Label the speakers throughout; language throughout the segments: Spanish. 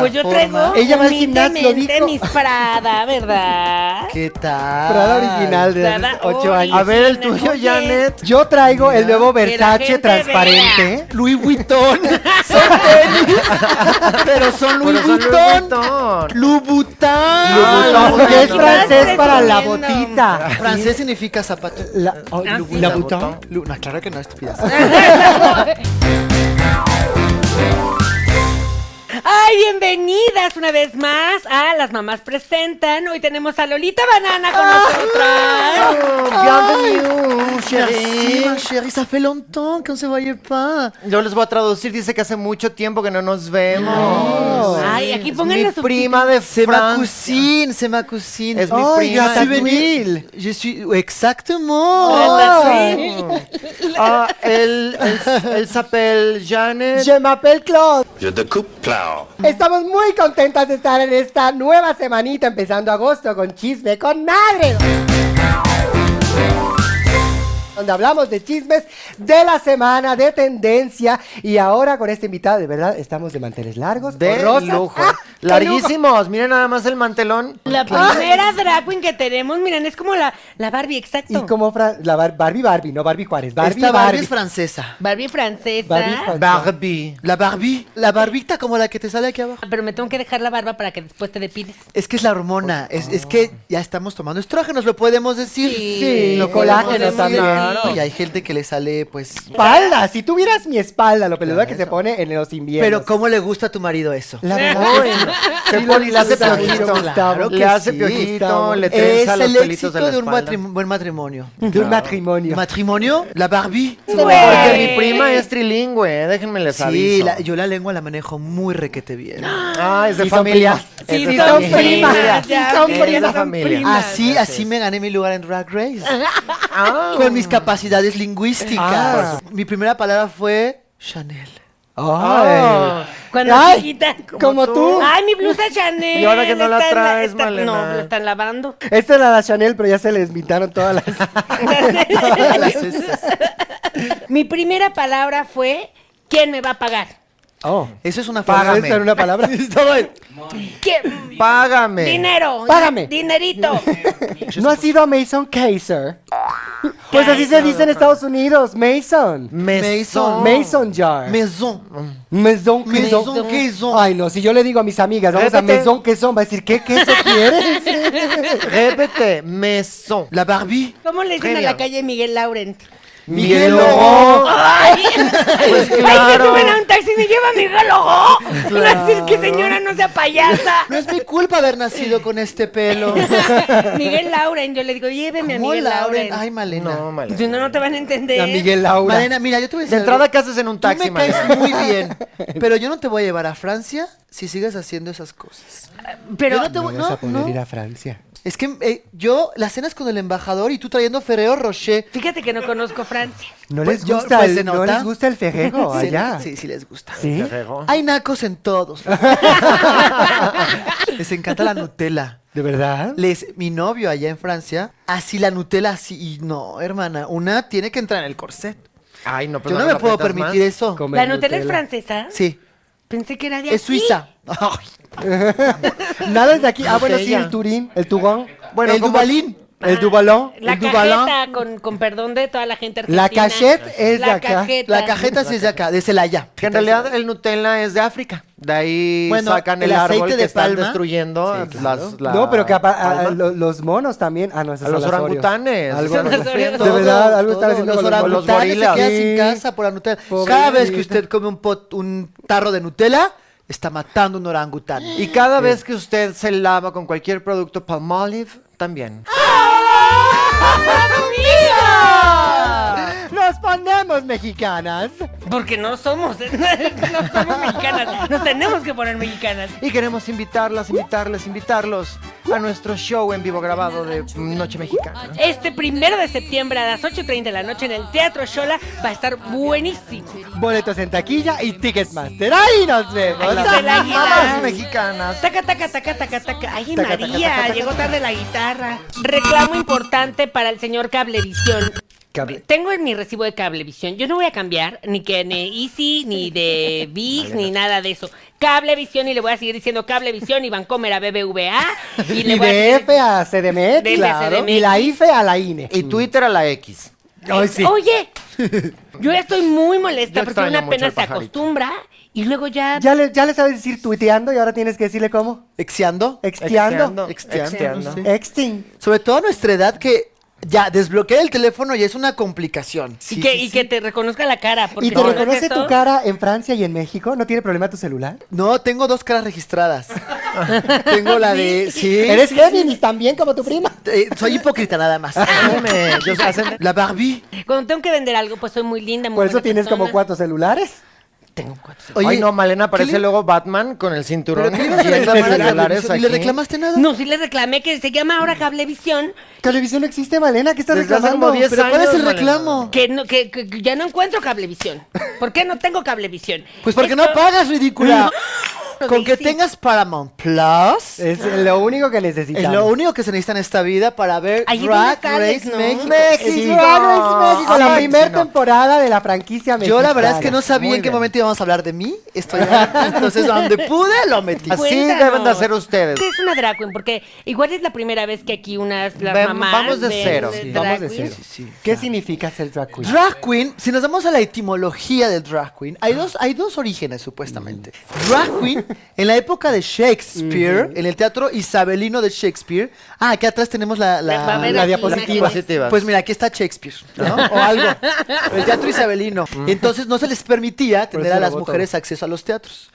Speaker 1: Pues yo traigo
Speaker 2: Ella va al gimnasio, lo
Speaker 1: humildemente
Speaker 2: dijo.
Speaker 1: mis Prada, ¿verdad?
Speaker 2: ¿Qué tal?
Speaker 3: Prada original de
Speaker 1: Prada
Speaker 3: hace 8
Speaker 1: original.
Speaker 3: años.
Speaker 1: A
Speaker 4: A ver, el
Speaker 1: Mejor
Speaker 4: tuyo,
Speaker 1: que-
Speaker 4: Janet.
Speaker 3: Yo traigo el nuevo
Speaker 1: que la
Speaker 3: Versace
Speaker 1: gente
Speaker 3: transparente.
Speaker 2: Louis Vuitton. Son tenis. Pero son Louis
Speaker 4: Pero son Louis
Speaker 2: Vuitton.
Speaker 4: Vuitton.
Speaker 2: Louboutin.
Speaker 4: Louboutin.
Speaker 3: Porque es
Speaker 4: no,
Speaker 3: francés
Speaker 1: no,
Speaker 3: para la
Speaker 1: no.
Speaker 3: botita.
Speaker 2: Francés significa zapato.
Speaker 3: La, oh,
Speaker 1: Ah,
Speaker 3: Louboutin.
Speaker 1: sí.
Speaker 3: La
Speaker 4: Louboutin.
Speaker 3: Vuitton.
Speaker 2: Lu- No, claro que no, estúpidas.
Speaker 1: Ay, bienvenidas una vez más a Las Mamás Presentan. Hoy tenemos a Lolita Banana con nosotras.
Speaker 4: Bienvenue,
Speaker 2: Merci,
Speaker 4: chérie.
Speaker 2: ma chérie. Ça fait longtemps qu'on se voyait pas.
Speaker 4: Yo les voy a traducir. Dice que hace mucho tiempo que no nos vemos.
Speaker 1: Ay, aquí pónganle
Speaker 4: Mi
Speaker 1: subtítulos.
Speaker 4: prima de
Speaker 2: C'est ma
Speaker 4: Francia.
Speaker 2: cousine, c'est ma cousine.
Speaker 4: Es mi
Speaker 2: Oh,
Speaker 4: prima,
Speaker 2: je suis
Speaker 4: c'est
Speaker 2: venu-
Speaker 3: Will.
Speaker 2: Je suis... Exactement.
Speaker 1: Ah, sí.
Speaker 4: Ah, él, él, él s'appelle Janet.
Speaker 3: Je m'appelle Claude.
Speaker 5: Je découpe plow.
Speaker 3: Estamos muy contentas de estar en esta nueva semanita empezando agosto con Chisme con Madre. Donde hablamos de chismes de la semana, de tendencia. Y ahora con este invitado, de verdad, estamos de manteles largos.
Speaker 4: De
Speaker 3: con rosas.
Speaker 4: lujo.
Speaker 3: ¡Ah, qué
Speaker 4: Larguísimos. Miren nada más el mantelón.
Speaker 1: La primera drag queen que tenemos, miren, es como la, la Barbie, exacto.
Speaker 3: lujo! Y como Fra- la Bar- Barbie Barbie, no Barbie Juárez. Barbie
Speaker 2: Esta Barbie
Speaker 3: Barbie.
Speaker 2: es francesa.
Speaker 1: Barbie francesa.
Speaker 3: Barbie francesa.
Speaker 4: Barbie.
Speaker 2: La Barbie, la barbita como la que te sale aquí abajo.
Speaker 1: Ah, Pero me tengo que dejar la barba para que después te depiles.
Speaker 2: Es que es la hormona, es, es que ya estamos tomando estrógenos, lo podemos decir.
Speaker 1: Sí.
Speaker 3: Sí,
Speaker 2: lo
Speaker 3: colágeno
Speaker 2: podemos decir.
Speaker 3: también.
Speaker 4: Claro.
Speaker 2: Y hay gente que le sale, pues...
Speaker 3: espalda. Si tuvieras mi espalda, lo peluda que se pone en los inviernos.
Speaker 2: Pero ¿cómo le gusta a tu marido eso?
Speaker 3: La verdad es que
Speaker 4: Se
Speaker 3: sí lo
Speaker 4: pone y le hace
Speaker 3: disfruta
Speaker 4: piojito.
Speaker 3: mucho, Gustavo,
Speaker 4: Claro
Speaker 3: que
Speaker 4: le hace
Speaker 3: sí,
Speaker 4: piojito,
Speaker 3: Gustavo.
Speaker 4: le trenza
Speaker 2: Es
Speaker 4: los
Speaker 2: el
Speaker 4: pelitos
Speaker 2: éxito
Speaker 4: de la
Speaker 2: de, un
Speaker 4: espalda.
Speaker 2: matrimo- buen matrimonio.
Speaker 3: de un matrimonio.
Speaker 2: ¿Matrimonio? ¿La Barbie?
Speaker 4: Porque
Speaker 1: Sí.
Speaker 4: mi prima es trilingüe, eh, déjenme les
Speaker 2: Sí,
Speaker 4: aviso.
Speaker 2: la- yo la lengua la manejo muy requete bien.
Speaker 4: Ah, es de
Speaker 3: Sí, son
Speaker 4: familia.
Speaker 3: primas.
Speaker 4: Es
Speaker 1: Sí,
Speaker 4: de
Speaker 1: son
Speaker 4: familia.
Speaker 3: primas,
Speaker 1: ya,
Speaker 4: Es
Speaker 1: son
Speaker 4: de
Speaker 1: primas, son
Speaker 4: familia.
Speaker 1: primas.
Speaker 2: Así, Ah, así me gané mi lugar en Drag Race.
Speaker 4: Ah,
Speaker 2: Con mis capacidades lingüísticas.
Speaker 3: Ah.
Speaker 2: Mi primera palabra fue Chanel.
Speaker 3: Ay.
Speaker 1: Cuando
Speaker 3: Ay,
Speaker 1: chiquita.
Speaker 3: como tú.
Speaker 1: Ay, mi blusa Chanel.
Speaker 4: Y ahora que no la
Speaker 1: está en
Speaker 4: traes,
Speaker 1: está-
Speaker 4: Malena.
Speaker 1: No, la están lavando.
Speaker 3: Esta era la Chanel, pero ya se les invitaron todas las.
Speaker 2: Todas las esas.
Speaker 1: Mi primera palabra fue, ¿quién me va a pagar?
Speaker 3: Oh.
Speaker 2: Eso es una frase.
Speaker 3: Págame. en una palabra.
Speaker 1: ¿Quién?
Speaker 4: Págame.
Speaker 1: Dinero.
Speaker 3: Págame.
Speaker 1: Dinerito.
Speaker 3: ¿No has ido a Mason Kaiser? Pues así se dice en Estados Unidos, Mason.
Speaker 4: Maison.
Speaker 3: Mason Jar.
Speaker 2: Maison.
Speaker 3: Maison
Speaker 2: Maison,
Speaker 3: Queso.
Speaker 2: queso.
Speaker 3: Ay, no, si yo le digo a mis amigas, vamos a
Speaker 4: Repite.
Speaker 3: Maison Queso, va a decir, ¿qué queso quieres?
Speaker 4: Repete, Maison.
Speaker 2: La Barbie.
Speaker 1: ¿Cómo le dicen a la
Speaker 4: Genio.
Speaker 1: calle Miguel Laurent?
Speaker 4: Miguel
Speaker 3: Ojo.
Speaker 4: Ojo. Pues
Speaker 1: ¡Ay, se
Speaker 4: claro.
Speaker 1: suben a un taxi y me lleva Miguel Ojo! No a decir que señora no sea payasa.
Speaker 2: No es mi culpa haber nacido con este pelo.
Speaker 1: Miguel Lauren, yo le digo, lléveme a
Speaker 2: ¿Cómo,
Speaker 1: Miguel Lauren.
Speaker 2: Lauren? Ay, Malena.
Speaker 4: No, mal.
Speaker 1: Si no, no te van a entender.
Speaker 3: A Miguel Laura.
Speaker 2: Malena, mira, yo te voy a
Speaker 4: De
Speaker 2: decir
Speaker 4: entrada,
Speaker 2: algo.
Speaker 4: ¿qué haces en un
Speaker 2: Tú me
Speaker 4: taxi, Malena?
Speaker 2: caes muy bien, pero yo no te voy a llevar a Francia si sigues haciendo esas cosas.
Speaker 1: Pero
Speaker 2: yo no te voy,
Speaker 3: No vas a
Speaker 2: no,
Speaker 3: poder
Speaker 2: no.
Speaker 3: ir a Francia.
Speaker 2: Es que eh, yo las cenas con el embajador y tú trayendo Ferrero Rocher.
Speaker 1: fíjate que no conozco Francia.
Speaker 3: No
Speaker 2: Pues
Speaker 3: les
Speaker 2: yo-
Speaker 3: gusta,
Speaker 2: pues
Speaker 3: el,
Speaker 2: se
Speaker 3: no
Speaker 2: nota.
Speaker 3: les gusta el fejego
Speaker 2: Sí,
Speaker 3: allá.
Speaker 2: Sí, sí les gusta.
Speaker 3: ¿Sí?
Speaker 2: Hay nacos en todos. les encanta la Nutella.
Speaker 3: ¿De verdad?
Speaker 2: Les, mi novio allá en Francia, así la Nutella, así, y no, hermana, una tiene que entrar en el corset.
Speaker 4: Ay,
Speaker 3: Pues
Speaker 4: no, pero
Speaker 2: Yo no me puedo permitir eso.
Speaker 3: Comer
Speaker 1: ¿La Nutella es francesa?
Speaker 2: Sí,
Speaker 1: Pensé que era de
Speaker 2: es
Speaker 1: aquí.
Speaker 2: Suiza. Ay,
Speaker 3: Nada es de aquí. Ah, bueno, sí,
Speaker 4: Nutella.
Speaker 3: el Turín, el Tugón.
Speaker 4: Bueno,
Speaker 2: el
Speaker 4: como-
Speaker 2: Dubalín.
Speaker 3: El Dubalón.
Speaker 1: La Pues
Speaker 3: el Dubalón.
Speaker 1: cajeta, con, con perdón de toda la gente argentina.
Speaker 3: La cachette es
Speaker 1: La
Speaker 3: de acá.
Speaker 1: cajeta.
Speaker 2: La cajeta sí es de acá, de Celaya.
Speaker 4: Que en realidad el Nutella es de África. De ahí
Speaker 2: Bueno,
Speaker 4: sacan el,
Speaker 2: el aceite
Speaker 4: árbol que
Speaker 2: de
Speaker 4: están
Speaker 2: palma.
Speaker 4: destruyendo
Speaker 2: Sí,
Speaker 4: las, la
Speaker 3: No, pero que apa- a- a-
Speaker 4: palma.
Speaker 3: lo- los monos también. Ah, no, esos
Speaker 4: A los
Speaker 3: son las Oreos.
Speaker 4: orangutanes.
Speaker 3: Algo
Speaker 4: Son
Speaker 3: así.
Speaker 1: las Oreos.
Speaker 3: De verdad, algo están haciendo
Speaker 2: los
Speaker 3: con los monos.
Speaker 2: orangutanes
Speaker 4: gorilas.
Speaker 2: se quedan sin
Speaker 3: Sí.
Speaker 2: casa por la Nutella. Cada
Speaker 3: Pobrecito.
Speaker 2: vez que usted come un, pot- un tarro de Nutella, está matando un orangután. Y
Speaker 4: Y cada vez que usted se lava con cualquier producto Palmolive, también.
Speaker 3: Nos ponemos mexicanas.
Speaker 1: Porque no somos, no somos mexicanas. Nos tenemos que poner mexicanas.
Speaker 4: Y queremos invitarlas, invitarles, invitarlos a nuestro show en vivo grabado de Noche Mexicana.
Speaker 1: Este primero de septiembre a las 8.30 de la noche en el Teatro Shola va a estar buenísimo.
Speaker 3: Boletos en taquilla y Ticketmaster. ¡Ahí nos vemos!
Speaker 1: Ahí está el águila.
Speaker 4: Mamás mexicanas.
Speaker 1: Taca, taca, taca, taca, taca. Ay,
Speaker 3: Taca,
Speaker 1: María, llegó tarde la guitarra. Reclamo importante para el señor Cablevisión.
Speaker 3: cable.
Speaker 1: Tengo en mi recibo de Cablevisión. Yo no voy a cambiar ni que ni Easy, ni de VIX, ni nada de eso. Cablevisión y le voy a seguir diciendo Cablevisión y Vancomer a BBVA. Y le
Speaker 3: Y
Speaker 1: voy a
Speaker 3: de
Speaker 1: seguir-
Speaker 3: F a CDMX,
Speaker 1: Desde
Speaker 3: claro.
Speaker 1: CDMX.
Speaker 3: Y la IFE a la E. INE.
Speaker 2: Mm.
Speaker 4: Y Twitter a la X.
Speaker 3: Ay, sí.
Speaker 1: Oye, yo ya estoy muy molesta
Speaker 4: Yo
Speaker 1: porque uno
Speaker 4: extraño mucho
Speaker 1: apenas
Speaker 4: al
Speaker 1: se
Speaker 4: pajarito.
Speaker 1: acostumbra y luego ya...
Speaker 3: Ya le, ya le sabes decir tuiteando y ahora tienes que decirle cómo.
Speaker 2: ¿Exeando?
Speaker 3: Exteando.
Speaker 2: Exteando,
Speaker 4: Exteando.
Speaker 2: sí.
Speaker 3: Exting.
Speaker 2: Sobre todo a nuestra edad que ya desbloquear el teléfono ya es una complicación.
Speaker 1: y, que, y que te reconozca la cara. Porque
Speaker 3: ¿Y te
Speaker 1: si no es
Speaker 3: reconoce
Speaker 1: eso-
Speaker 3: tu cara en Francia y en México? ¿No tiene problema tu celular?
Speaker 2: No, tengo dos caras registradas. tengo la de... Sí.
Speaker 3: Eres Géminis también como tu prima.
Speaker 2: Eh, soy hipócrita nada más.
Speaker 4: Dime, yo sé hacer-
Speaker 2: La Barbie.
Speaker 1: Cuando tengo que vender algo, pues soy muy linda, muy
Speaker 3: Por eso
Speaker 1: buena
Speaker 3: tienes como
Speaker 1: persona.
Speaker 3: cuatro celulares.
Speaker 1: Tengo cuatro.
Speaker 2: Oye,
Speaker 4: Ay, no, Malena
Speaker 2: ¿qué
Speaker 4: aparece
Speaker 2: le-
Speaker 4: luego Batman con el
Speaker 2: ¿Pero
Speaker 4: cinturón
Speaker 2: qué le ibas a reclamar a
Speaker 4: celulares
Speaker 2: Cablevisión? ¿Y le
Speaker 4: aquí.
Speaker 2: reclamaste nada?
Speaker 1: No, sí le reclamé que se llama ahora Cablevisión,
Speaker 3: Televisión no existe, Malena. ¿Qué estás
Speaker 4: Desde hace
Speaker 3: reclamando?
Speaker 4: como 10
Speaker 2: ¿Pero cuál es el
Speaker 4: años, Malena.
Speaker 2: reclamo?
Speaker 1: que, no, que, que- que ya no encuentro Cablevisión. ¿Por qué no tengo Cablevisión?
Speaker 2: Pues porque no
Speaker 1: Esto-
Speaker 2: pagas, ridícula.
Speaker 1: No.
Speaker 2: Con que
Speaker 1: Sí.
Speaker 2: tengas Paramount Plus,
Speaker 3: Es lo único que necesitamos.
Speaker 2: es lo único que se necesita en esta vida para ver
Speaker 1: Ahí
Speaker 2: Drag
Speaker 1: donde sales,
Speaker 2: Race
Speaker 1: ¿no?
Speaker 2: México.
Speaker 3: México,
Speaker 2: Sí. Ah,
Speaker 3: Drag Race México, la
Speaker 4: Ay,
Speaker 3: primera
Speaker 4: sí, no.
Speaker 3: temporada de la franquicia mexicana.
Speaker 2: Yo la verdad es que no sabía
Speaker 4: Muy
Speaker 2: en qué
Speaker 4: bien.
Speaker 2: momento íbamos a hablar de mí. Estoy entonces donde pude lo metí.
Speaker 4: Así
Speaker 1: Cuéntanos.
Speaker 4: deben de hacer ustedes.
Speaker 1: ¿Qué es una drag queen? Porque igual es la primera vez que aquí unas las
Speaker 4: Ve-
Speaker 1: mamás
Speaker 4: vamos de
Speaker 1: ven
Speaker 4: cero.
Speaker 1: drag
Speaker 4: Sí,
Speaker 3: Vamos de
Speaker 1: queens.
Speaker 3: cero. ¿Qué significa ser drag queen?
Speaker 2: Drag queen, si nos vamos a la etimología del drag queen, hay dos, hay dos orígenes supuestamente. Drag queen, en la época de Shakespeare, en el teatro isabelino de Shakespeare. Ah, aquí atrás tenemos la, la-
Speaker 1: Va a haber
Speaker 2: la
Speaker 1: aquí
Speaker 2: diapositiva.
Speaker 4: imágenes.
Speaker 2: Pues mira, aquí está Shakespeare, ¿no? O algo. El teatro isabelino. Entonces no se les permitía tener
Speaker 3: eso
Speaker 2: a
Speaker 3: lo
Speaker 2: las
Speaker 3: voto.
Speaker 2: mujeres acceso a los teatros.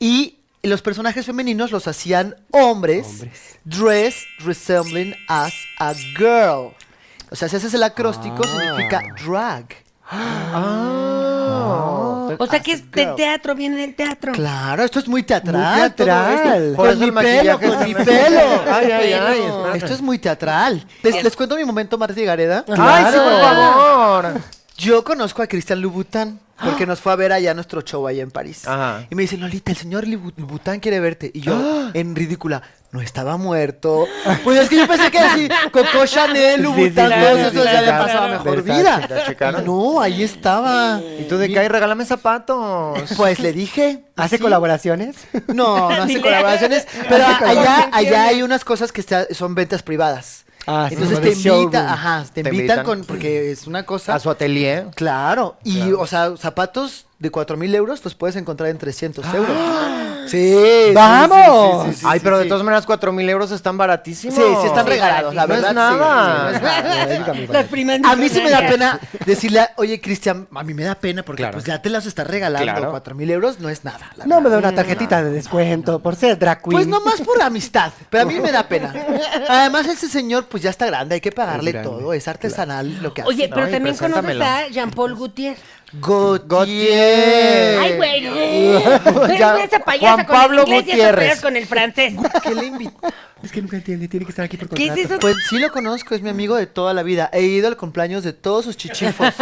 Speaker 2: Y los personajes femeninos los hacían hombres, dressed resembling as a girl. O sea, si haces el acróstico,
Speaker 4: Ah.
Speaker 2: significa drag.
Speaker 1: O sea que es del teatro, viene del teatro.
Speaker 2: Claro, esto es muy teatral.
Speaker 3: Muy teatral.
Speaker 2: todo esto.
Speaker 4: Por
Speaker 2: Con
Speaker 4: eso el
Speaker 2: mi pelo,
Speaker 4: maquillaje
Speaker 2: con
Speaker 4: está
Speaker 2: mi
Speaker 4: mejor.
Speaker 2: pelo.
Speaker 4: Ay, ay, ay,
Speaker 1: Bueno.
Speaker 4: espérate.
Speaker 2: Esto es muy teatral. Les, les cuento mi momento, Marta y Gareda.
Speaker 4: Ay, sí, por favor.
Speaker 2: Yo conozco a Cristian Louboutin porque nos fue a ver allá nuestro show allá en París.
Speaker 4: Ajá.
Speaker 2: Y me dice, Lolita, el señor Loubou- Louboutin quiere verte. Y yo, en ridícula, no estaba muerto. Pues es que yo pensé que así, Coco Chanel, Louboutin,
Speaker 3: sí, sí,
Speaker 2: todos
Speaker 3: sí,
Speaker 2: esos
Speaker 3: sí,
Speaker 2: ya le
Speaker 4: claro.
Speaker 2: pasaba mejor
Speaker 4: Versace,
Speaker 2: vida.
Speaker 4: ¿la checaron?
Speaker 2: Y No, ahí estaba.
Speaker 4: ¿Y tú de qué? Ay, regálame zapatos.
Speaker 2: Pues le dije.
Speaker 3: ¿Hace
Speaker 2: así.
Speaker 3: colaboraciones?
Speaker 2: No, no hace
Speaker 1: Dile.
Speaker 2: colaboraciones, pero
Speaker 3: Hace
Speaker 2: allá,
Speaker 1: colaboraciones.
Speaker 2: allá hay unas cosas que está- son ventas privadas.
Speaker 3: Ah, sí,
Speaker 2: Entonces
Speaker 3: como
Speaker 2: te
Speaker 3: de showroom.
Speaker 2: invitan, ajá, te,
Speaker 4: Te
Speaker 2: invitan
Speaker 4: invitan.
Speaker 2: con, porque es una cosa.
Speaker 4: A su atelier.
Speaker 2: Claro, y o sea, zapatos de 4 mil euros los puedes encontrar en 300
Speaker 4: Ah.
Speaker 2: euros. Sí, sí,
Speaker 3: ¡Vamos!
Speaker 2: sí, sí, sí, sí,
Speaker 4: Ay,
Speaker 2: sí,
Speaker 4: pero de
Speaker 2: sí.
Speaker 4: todas maneras, cuatro mil euros están baratísimos.
Speaker 2: Sí, sí están regalados, la
Speaker 4: No es
Speaker 2: verdad. sí,
Speaker 4: nada.
Speaker 2: sí, no es
Speaker 1: Las primas
Speaker 2: A mí sí me da
Speaker 1: millonarias.
Speaker 2: pena decirle, a- oye, Cristian, a mí me da pena porque
Speaker 4: Claro.
Speaker 2: pues ya te las está regalando,
Speaker 4: Claro.
Speaker 2: 4 mil euros no es nada. la
Speaker 3: No me
Speaker 2: verdad.
Speaker 3: da una tarjetita de descuento por ser drag queen.
Speaker 2: Pues nomás por amistad, pero a mí me da pena. Además, ese señor pues ya está grande, hay que pagarle
Speaker 4: grande,
Speaker 2: todo, es artesanal lo que hace.
Speaker 1: Oye, pero
Speaker 4: Ay,
Speaker 1: también conoces
Speaker 4: preséntamelo.
Speaker 1: a Jean-Paul Gaultier.
Speaker 2: Gautier.
Speaker 1: Ay, güey. Pero
Speaker 4: ya,
Speaker 1: ve esa payasa
Speaker 4: Juan
Speaker 1: con
Speaker 4: Pablo
Speaker 1: el inglés y esa
Speaker 4: Gutiérrez.
Speaker 1: payasa con el francés.
Speaker 2: ¿Qué le invitó?
Speaker 3: Es que nunca entiende, tiene que estar aquí por
Speaker 1: ¿Qué es
Speaker 3: contrato.
Speaker 1: eso?
Speaker 2: Pues sí lo conozco, es mi amigo de toda la vida. He ido al cumpleaños de todos sus chichifos.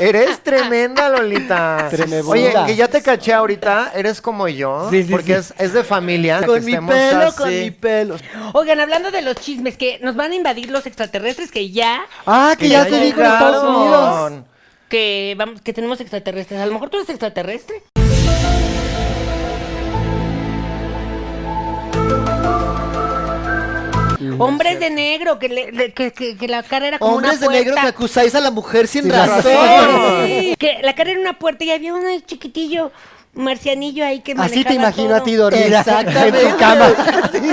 Speaker 4: Eres tremenda, Lolita.
Speaker 3: Tremenda.
Speaker 4: Oye, que ya te caché ahorita, eres como yo.
Speaker 3: Sí, sí,
Speaker 4: porque
Speaker 3: sí.
Speaker 4: Es, es de familia. que
Speaker 2: con mi
Speaker 4: estemos
Speaker 2: pelo,
Speaker 4: así.
Speaker 2: con mi pelo.
Speaker 1: Oigan, hablando de los chismes, que nos van a invadir los extraterrestres, que ya,
Speaker 3: Ah, que ya
Speaker 4: ya
Speaker 3: se dijo en
Speaker 4: llegaron.
Speaker 3: Estados Unidos.
Speaker 1: que vamos, que tenemos extraterrestres. A lo mejor tú eres extraterrestre. Hombres de negro, que, le- le- que, que- que la cara era como
Speaker 2: Hombres
Speaker 1: una
Speaker 2: de negro
Speaker 1: puerta.
Speaker 2: que acusáis a la mujer sin,
Speaker 3: Sin
Speaker 2: razón.
Speaker 3: razón.
Speaker 1: Sí, que la cara era una puerta y había un chiquitillo marcianillo ahí que manejaba
Speaker 3: Así te imagino a ti
Speaker 1: todo.
Speaker 3: dormida
Speaker 2: Exactamente.
Speaker 3: en tu cama.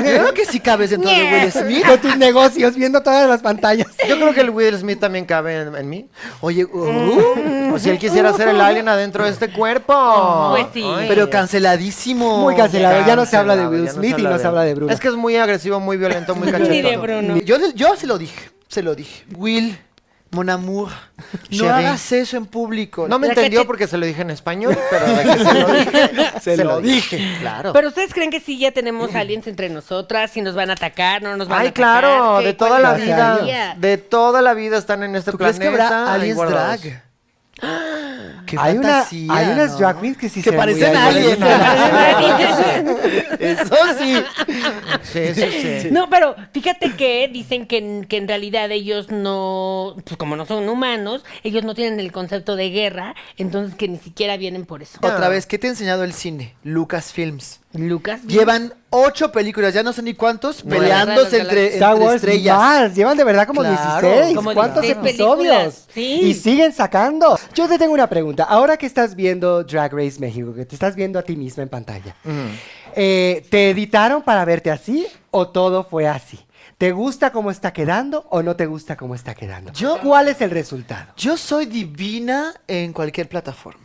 Speaker 2: Creo que sí cabes dentro de Will Smith.
Speaker 3: Con tus negocios, viendo todas las pantallas.
Speaker 4: Yo creo que el Will Smith también cabe en, en mí.
Speaker 2: Oye, uh,
Speaker 4: O si él quisiera ser el alien adentro de este cuerpo.
Speaker 1: Pues sí.
Speaker 2: pero canceladísimo.
Speaker 3: Muy cancelado. Ya no se habla de
Speaker 4: Cancelado,
Speaker 3: Will
Speaker 4: ya no
Speaker 3: Smith y no se habla de Bruno.
Speaker 4: Es que es muy agresivo, muy violento, muy
Speaker 1: Ni de
Speaker 4: cachetón.
Speaker 1: Bruno.
Speaker 2: Yo, yo se lo dije, se lo dije. Will, mon amour, no
Speaker 4: Chérie.
Speaker 2: hagas eso en público.
Speaker 4: No me
Speaker 1: La
Speaker 4: entendió
Speaker 1: cachet-
Speaker 4: porque se lo dije en español, pero de que se lo dije,
Speaker 2: se, lo dije, claro.
Speaker 1: Pero ustedes creen que sí ya tenemos aliens entre nosotras, si nos van a atacar, no nos van a
Speaker 4: Ay,
Speaker 1: atacar.
Speaker 4: claro,
Speaker 1: ¿Qué?
Speaker 4: de toda la
Speaker 1: ¿Cuál es
Speaker 3: Gracias a
Speaker 4: vida.
Speaker 1: teoría?
Speaker 4: De toda la vida están en este
Speaker 2: ¿Tú crees
Speaker 4: planeta.
Speaker 2: que habrá
Speaker 4: ahí
Speaker 2: aliens
Speaker 4: guardados.
Speaker 2: drag? Qué
Speaker 3: Hay, una,
Speaker 2: fantasía,
Speaker 3: hay unas
Speaker 2: ¿no?
Speaker 3: drag queens que sí
Speaker 2: Que
Speaker 3: se ven muy
Speaker 2: parecen
Speaker 3: aliens.
Speaker 2: aliens.
Speaker 1: Ay,
Speaker 2: Eso sí.
Speaker 4: Sí, sí, sí.
Speaker 1: No, pero fíjate que dicen que, en- que en realidad ellos no, pues como no son humanos, ellos no tienen el concepto de guerra, entonces que ni siquiera vienen por eso.
Speaker 2: Otra vez, ¿qué te ha enseñado el cine? Lucas Films.
Speaker 1: Lucas.
Speaker 2: Llevan ocho películas, ya no sé ni cuántos,
Speaker 1: Nueve. Guerra
Speaker 2: peleándose
Speaker 1: de
Speaker 2: entre,
Speaker 1: las
Speaker 3: Star
Speaker 2: entre
Speaker 3: Wars
Speaker 2: estrellas.
Speaker 3: más, llevan de verdad como
Speaker 2: Claro,
Speaker 3: 16,
Speaker 1: como
Speaker 3: ¿cuántos
Speaker 1: 16 películas,
Speaker 3: episodios?
Speaker 1: sí.
Speaker 3: Y siguen sacando. Yo te tengo una pregunta, ahora que estás viendo Drag Race México, que te estás viendo a ti misma en pantalla, eh, ¿te editaron para verte así o todo fue así? ¿Te gusta cómo está quedando o no te gusta cómo está quedando?
Speaker 2: Yo-
Speaker 3: ¿Cuál es el resultado?
Speaker 2: Yo soy divina en cualquier plataforma.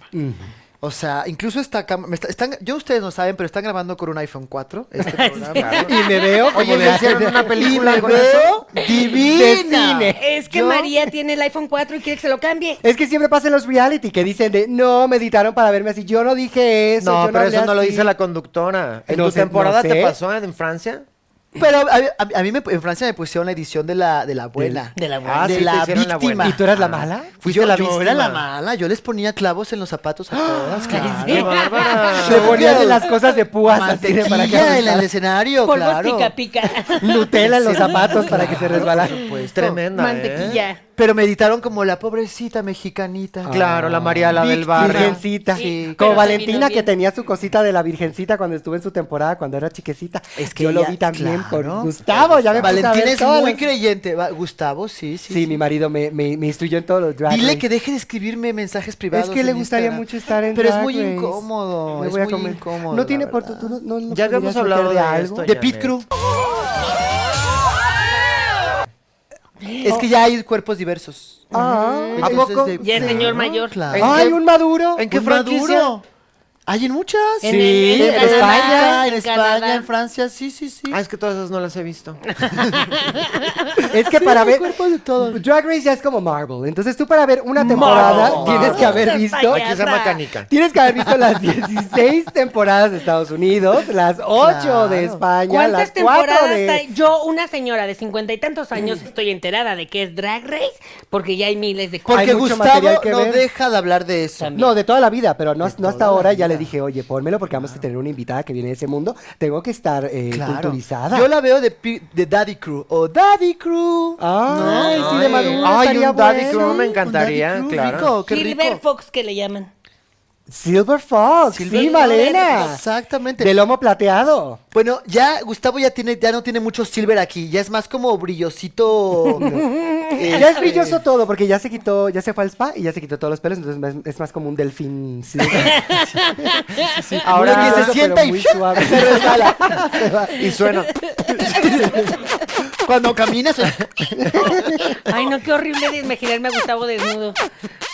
Speaker 2: O sea, incluso esta cámara. me está- están- yo ustedes no saben, pero están grabando con un iPhone 4. Este programa.
Speaker 3: Y me veo como
Speaker 4: Oye,
Speaker 3: de-
Speaker 4: me hicieron una película
Speaker 2: y me
Speaker 4: con
Speaker 2: veo
Speaker 4: eso.
Speaker 2: divina.
Speaker 3: De cine.
Speaker 1: Ah. Es que
Speaker 2: Yo-
Speaker 1: María tiene el iPhone 4 y quiere que se lo cambie.
Speaker 3: Es que siempre pasa en los reality que dicen de no, me editaron para verme así. Yo no dije eso.
Speaker 4: No,
Speaker 3: yo
Speaker 4: pero
Speaker 3: hablé
Speaker 4: eso no lo
Speaker 3: así".
Speaker 4: dice la conductora. ¿En
Speaker 3: No
Speaker 4: tu
Speaker 3: sé, no
Speaker 4: temporada
Speaker 3: sé.
Speaker 4: te pasó en Francia?
Speaker 2: Pero a, a- a mí me- en Francia me pusieron la edición de la, de la buena.
Speaker 1: de la buena.
Speaker 4: Ah, sí,
Speaker 2: de
Speaker 4: te
Speaker 2: la
Speaker 4: hicieron la Ah.
Speaker 2: víctima.
Speaker 4: buena.
Speaker 3: ¿Y tú eras la ¡Ah! mala?
Speaker 2: Fuiste
Speaker 4: Yo-
Speaker 2: la
Speaker 4: yo
Speaker 2: víctima.
Speaker 4: era
Speaker 2: la
Speaker 4: la
Speaker 2: mala. Yo les ponía clavos en los zapatos a todas, claro.
Speaker 4: ¡Qué bárbara!
Speaker 3: Le ponías de las cosas de púas así de para que
Speaker 2: Mantequilla en el
Speaker 3: arrancara.
Speaker 2: escenario,
Speaker 1: Polvos
Speaker 2: claro.
Speaker 1: pica pica.
Speaker 3: Nutella en los zapatos para que se
Speaker 2: Claro,
Speaker 3: resbalara.
Speaker 2: por
Speaker 4: Es
Speaker 2: supuesto.
Speaker 4: tremenda, ¿eh?
Speaker 1: Mantequilla.
Speaker 2: Pero me editaron como la pobrecita mexicanita.
Speaker 3: Ah.
Speaker 4: Claro, la María la del
Speaker 2: Víctima.
Speaker 4: barrio.
Speaker 3: Virgencita.
Speaker 1: Sí, pero
Speaker 3: Como
Speaker 1: se vino
Speaker 3: Valentina que
Speaker 1: bien.
Speaker 3: tenía su cosita de la virgencita cuando estuve en su temporada cuando era chiquecita.
Speaker 2: Es que
Speaker 3: yo lo
Speaker 2: ella-
Speaker 3: vi también
Speaker 2: claro.
Speaker 3: por Gustavo. Ya me puse Pues a ver
Speaker 2: Valentina es
Speaker 3: todas
Speaker 2: muy
Speaker 3: las-
Speaker 2: creyente. Va- Gustavo, sí, sí.
Speaker 3: Sí,
Speaker 2: sí.
Speaker 3: mi marido me, me- me instruyó en todos los drag
Speaker 2: Dile
Speaker 3: race.
Speaker 2: que deje de escribirme mensajes privados.
Speaker 3: Es que le
Speaker 2: en
Speaker 3: gustaría
Speaker 2: Instagram.
Speaker 3: mucho estar en
Speaker 2: Pero es
Speaker 3: Drag
Speaker 2: muy
Speaker 3: Race.
Speaker 2: incómodo.
Speaker 3: Me
Speaker 2: es
Speaker 3: voy a
Speaker 2: muy
Speaker 3: comer.
Speaker 2: incómodo.
Speaker 3: No tiene
Speaker 2: la
Speaker 3: por
Speaker 2: verdad.
Speaker 3: tu- tú no- no
Speaker 4: Ya habíamos
Speaker 3: podrías meter
Speaker 4: hablado de esto
Speaker 2: De
Speaker 4: Ya,
Speaker 2: Pit
Speaker 4: neta.
Speaker 2: Crew. Es que ya hay cuerpos diversos.
Speaker 3: Ah,
Speaker 2: Entonces,
Speaker 4: poco?
Speaker 2: de-
Speaker 1: Ya es señor
Speaker 2: Claro,
Speaker 1: mayor.
Speaker 2: claro.
Speaker 4: ¿En
Speaker 3: ay,
Speaker 4: qué-
Speaker 3: un maduro.
Speaker 4: en qué
Speaker 2: Un
Speaker 4: franquicia?
Speaker 2: Maduro. Hay en muchas.
Speaker 1: En- en-
Speaker 2: en,
Speaker 1: en Canadá,
Speaker 2: España, en,
Speaker 1: en
Speaker 2: España,
Speaker 1: Canadá.
Speaker 2: en Francia, sí, sí, sí.
Speaker 4: Ah, es que todas esas no las he visto.
Speaker 3: Es que para
Speaker 2: hay
Speaker 3: ver
Speaker 2: cuerpos de todo.
Speaker 3: Drag Race ya es como Marvel. Entonces tú para ver una temporada
Speaker 4: Marvel.
Speaker 3: tienes que haber
Speaker 1: Marvel.
Speaker 3: visto
Speaker 1: Ay,
Speaker 4: Aquí se llama Canica.
Speaker 3: tienes que haber visto las 16 temporadas de Estados Unidos, las 8 de
Speaker 2: Claro.
Speaker 3: España,
Speaker 1: ¿Cuántas
Speaker 3: las 4
Speaker 1: temporadas
Speaker 3: de
Speaker 1: hay? Yo, una señora de cincuenta y tantos años, estoy enterada de que es Drag Race, porque ya hay miles de
Speaker 2: Porque
Speaker 3: Hay mucho
Speaker 2: Gustavo
Speaker 3: material que
Speaker 2: no
Speaker 3: ver.
Speaker 2: deja de hablar de eso.
Speaker 1: También.
Speaker 3: No, de toda la vida, pero no, no hasta ahora ya le dije, oye, pónmelo porque vamos a tener una invitada que viene de ese mundo. Tengo que estar eh,
Speaker 2: Claro.
Speaker 3: culturizada.
Speaker 2: Yo la veo de, pi- de Daddy Crew o Daddy Crew.
Speaker 3: Ay,
Speaker 4: No,
Speaker 3: sí, de
Speaker 4: ay.
Speaker 3: Maduro.
Speaker 4: Ay,
Speaker 3: estaría
Speaker 4: un Daddy
Speaker 3: bueno.
Speaker 4: Crew me encantaría,
Speaker 2: Un Daddy Crew,
Speaker 4: claro.
Speaker 2: rico, qué
Speaker 1: Silver
Speaker 2: rico.
Speaker 1: Fox, que le llaman.
Speaker 3: Silver Fox,
Speaker 1: Silver
Speaker 3: sí,
Speaker 1: Fox.
Speaker 3: Malena.
Speaker 2: Exactamente.
Speaker 3: De lomo plateado.
Speaker 2: Bueno, ya Gustavo ya tiene, ya no tiene mucho silver aquí, ya es más como brillosito. eh,
Speaker 3: Ya es brilloso todo, porque ya se quitó, ya se fue al spa y ya se quitó todos los pelos, entonces es- es más como un delfín. sí.
Speaker 4: Ahora
Speaker 3: Muy
Speaker 2: que se
Speaker 3: grueso,
Speaker 2: sienta
Speaker 3: pero
Speaker 2: y-
Speaker 3: muy suave. Se resbala. Se va.
Speaker 4: Y suena.
Speaker 2: Cuando caminas.
Speaker 1: Ay, no, qué horrible de imaginarme a Gustavo desnudo.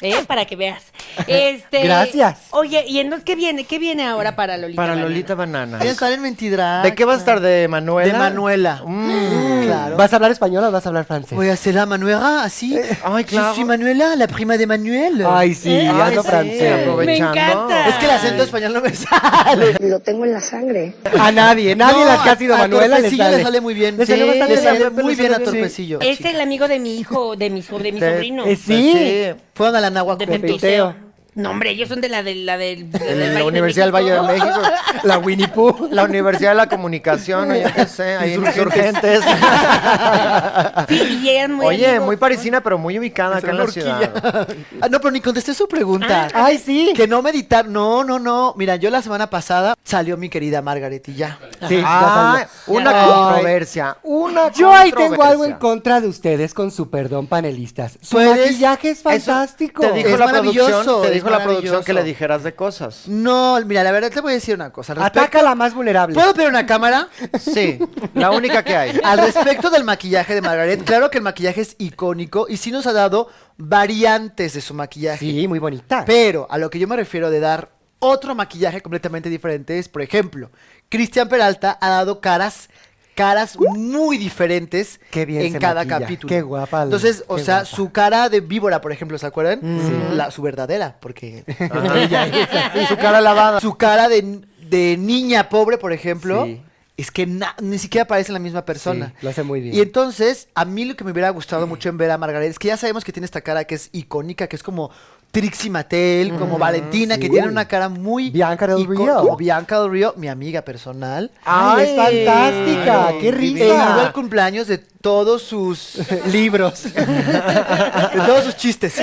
Speaker 1: ¿Eh? Para que veas. Este,
Speaker 3: Gracias.
Speaker 1: Oye, ¿y entonces qué viene? ¿Qué viene ahora para Lolita?
Speaker 4: Para
Speaker 1: Banana?
Speaker 4: Lolita Banana.
Speaker 2: Ya estar en mentira.
Speaker 4: ¿De qué vas a estar? ¿De Manuela? Mm,
Speaker 2: De Manuela.
Speaker 3: Mm.
Speaker 2: Claro.
Speaker 3: ¿Vas a hablar español o vas a hablar francés?
Speaker 2: Voy a hacer la Manuela así.
Speaker 4: ay, claro.
Speaker 2: Yo soy Manuela, la prima de Manuel.
Speaker 3: Ay, sí,
Speaker 1: ¿Eh?
Speaker 3: hablo
Speaker 4: sí,
Speaker 3: francés.
Speaker 1: Me
Speaker 4: aprovechando.
Speaker 1: encanta.
Speaker 2: es que el acento español no me sale.
Speaker 5: Lo tengo en la sangre.
Speaker 3: A nadie, nadie
Speaker 2: No,
Speaker 3: las que
Speaker 2: a-
Speaker 3: ha sido
Speaker 2: a
Speaker 3: Manuela le
Speaker 2: Torpecillo
Speaker 3: sale.
Speaker 2: muy bien.
Speaker 3: Le sale
Speaker 2: Sí,
Speaker 3: bastante
Speaker 2: le sale
Speaker 3: bien.
Speaker 2: muy
Speaker 4: Le
Speaker 2: bien
Speaker 4: sale
Speaker 2: a
Speaker 4: bien.
Speaker 2: Torpecillo.
Speaker 1: Es el amigo de mi hijo, de mi, so- de mi
Speaker 4: De-
Speaker 1: sobrino.
Speaker 3: es- Sí.
Speaker 2: Fueron a la Nahuac.
Speaker 1: de
Speaker 3: de
Speaker 1: Pepiteo.
Speaker 3: Pepiteo.
Speaker 1: No, hombre, ellos son de la, de, la del. de
Speaker 4: En
Speaker 1: Valle
Speaker 4: la
Speaker 1: de
Speaker 4: Universidad del Valle de México.
Speaker 3: La Winnie Pooh.
Speaker 4: La Universidad de la Comunicación, o yo qué sé, ahí en Insurgentes.
Speaker 1: Sí, y eran muy
Speaker 4: Oye,
Speaker 1: amigos.
Speaker 4: muy parisina, pero muy ubicada acá en la ciudad.
Speaker 2: Ah, no, pero ni contesté su pregunta.
Speaker 3: Ah, Ay, sí.
Speaker 2: Que no meditar. No, no, no. Mira, yo la semana pasada salió mi querida Margaret y ya.
Speaker 3: Sí,
Speaker 4: Ah,
Speaker 3: ya salió.
Speaker 4: una
Speaker 3: Ay.
Speaker 4: controversia. Una
Speaker 3: Yo ahí tengo
Speaker 4: controversia.
Speaker 3: algo en contra de ustedes con su perdón, panelistas. Su
Speaker 2: Puedes-
Speaker 3: maquillaje es
Speaker 4: Eso
Speaker 3: fantástico.
Speaker 4: Te dijo
Speaker 2: Es
Speaker 4: la producción,
Speaker 2: maravilloso,
Speaker 4: te
Speaker 2: es
Speaker 4: dijo la producción
Speaker 2: maravilloso.
Speaker 4: que le dijeras de cosas.
Speaker 2: No, mira, la verdad te voy a decir una cosa. al respecto-
Speaker 3: Ataca a la más vulnerable.
Speaker 2: ¿Puedo pedir una cámara?
Speaker 4: Sí, la única que hay.
Speaker 2: Al respecto del maquillaje de Margaret, claro que el maquillaje es icónico y sí nos ha dado variantes de su maquillaje.
Speaker 3: Sí, muy bonita.
Speaker 2: Pero a lo que yo me refiero de dar otro maquillaje completamente diferente es, por ejemplo, Cristian Peralta ha dado caras caras muy diferentes
Speaker 3: Uh. Qué bien
Speaker 2: en
Speaker 3: se
Speaker 2: cada
Speaker 3: maquilla.
Speaker 2: capítulo.
Speaker 3: Qué guapa la-
Speaker 2: Entonces, o
Speaker 3: qué
Speaker 2: sea,
Speaker 3: guapa. Mm.
Speaker 2: su cara de víbora, por ejemplo, ¿se acuerdan? La, su verdadera, porque ella es así. su cara lavada. Su cara de, de niña pobre, por ejemplo.
Speaker 4: Sí.
Speaker 2: Es que na- ni siquiera parece la misma persona.
Speaker 3: lo hace muy bien.
Speaker 2: Y entonces, a mí lo que me hubiera gustado mucho en ver a Margaret es que ya sabemos que tiene esta cara que es icónica, que es como Trixie Mattel, como Valentina, que
Speaker 3: sí.
Speaker 2: tiene una cara muy...
Speaker 3: Bianca del
Speaker 2: icó-
Speaker 3: Río.
Speaker 2: como Bianca del Río, mi amiga personal.
Speaker 3: ¡Ay, es fantástica!
Speaker 4: Ay,
Speaker 3: ¡Qué
Speaker 2: E
Speaker 3: risa!
Speaker 2: iba al cumpleaños de todos sus libros, de todos sus chistes.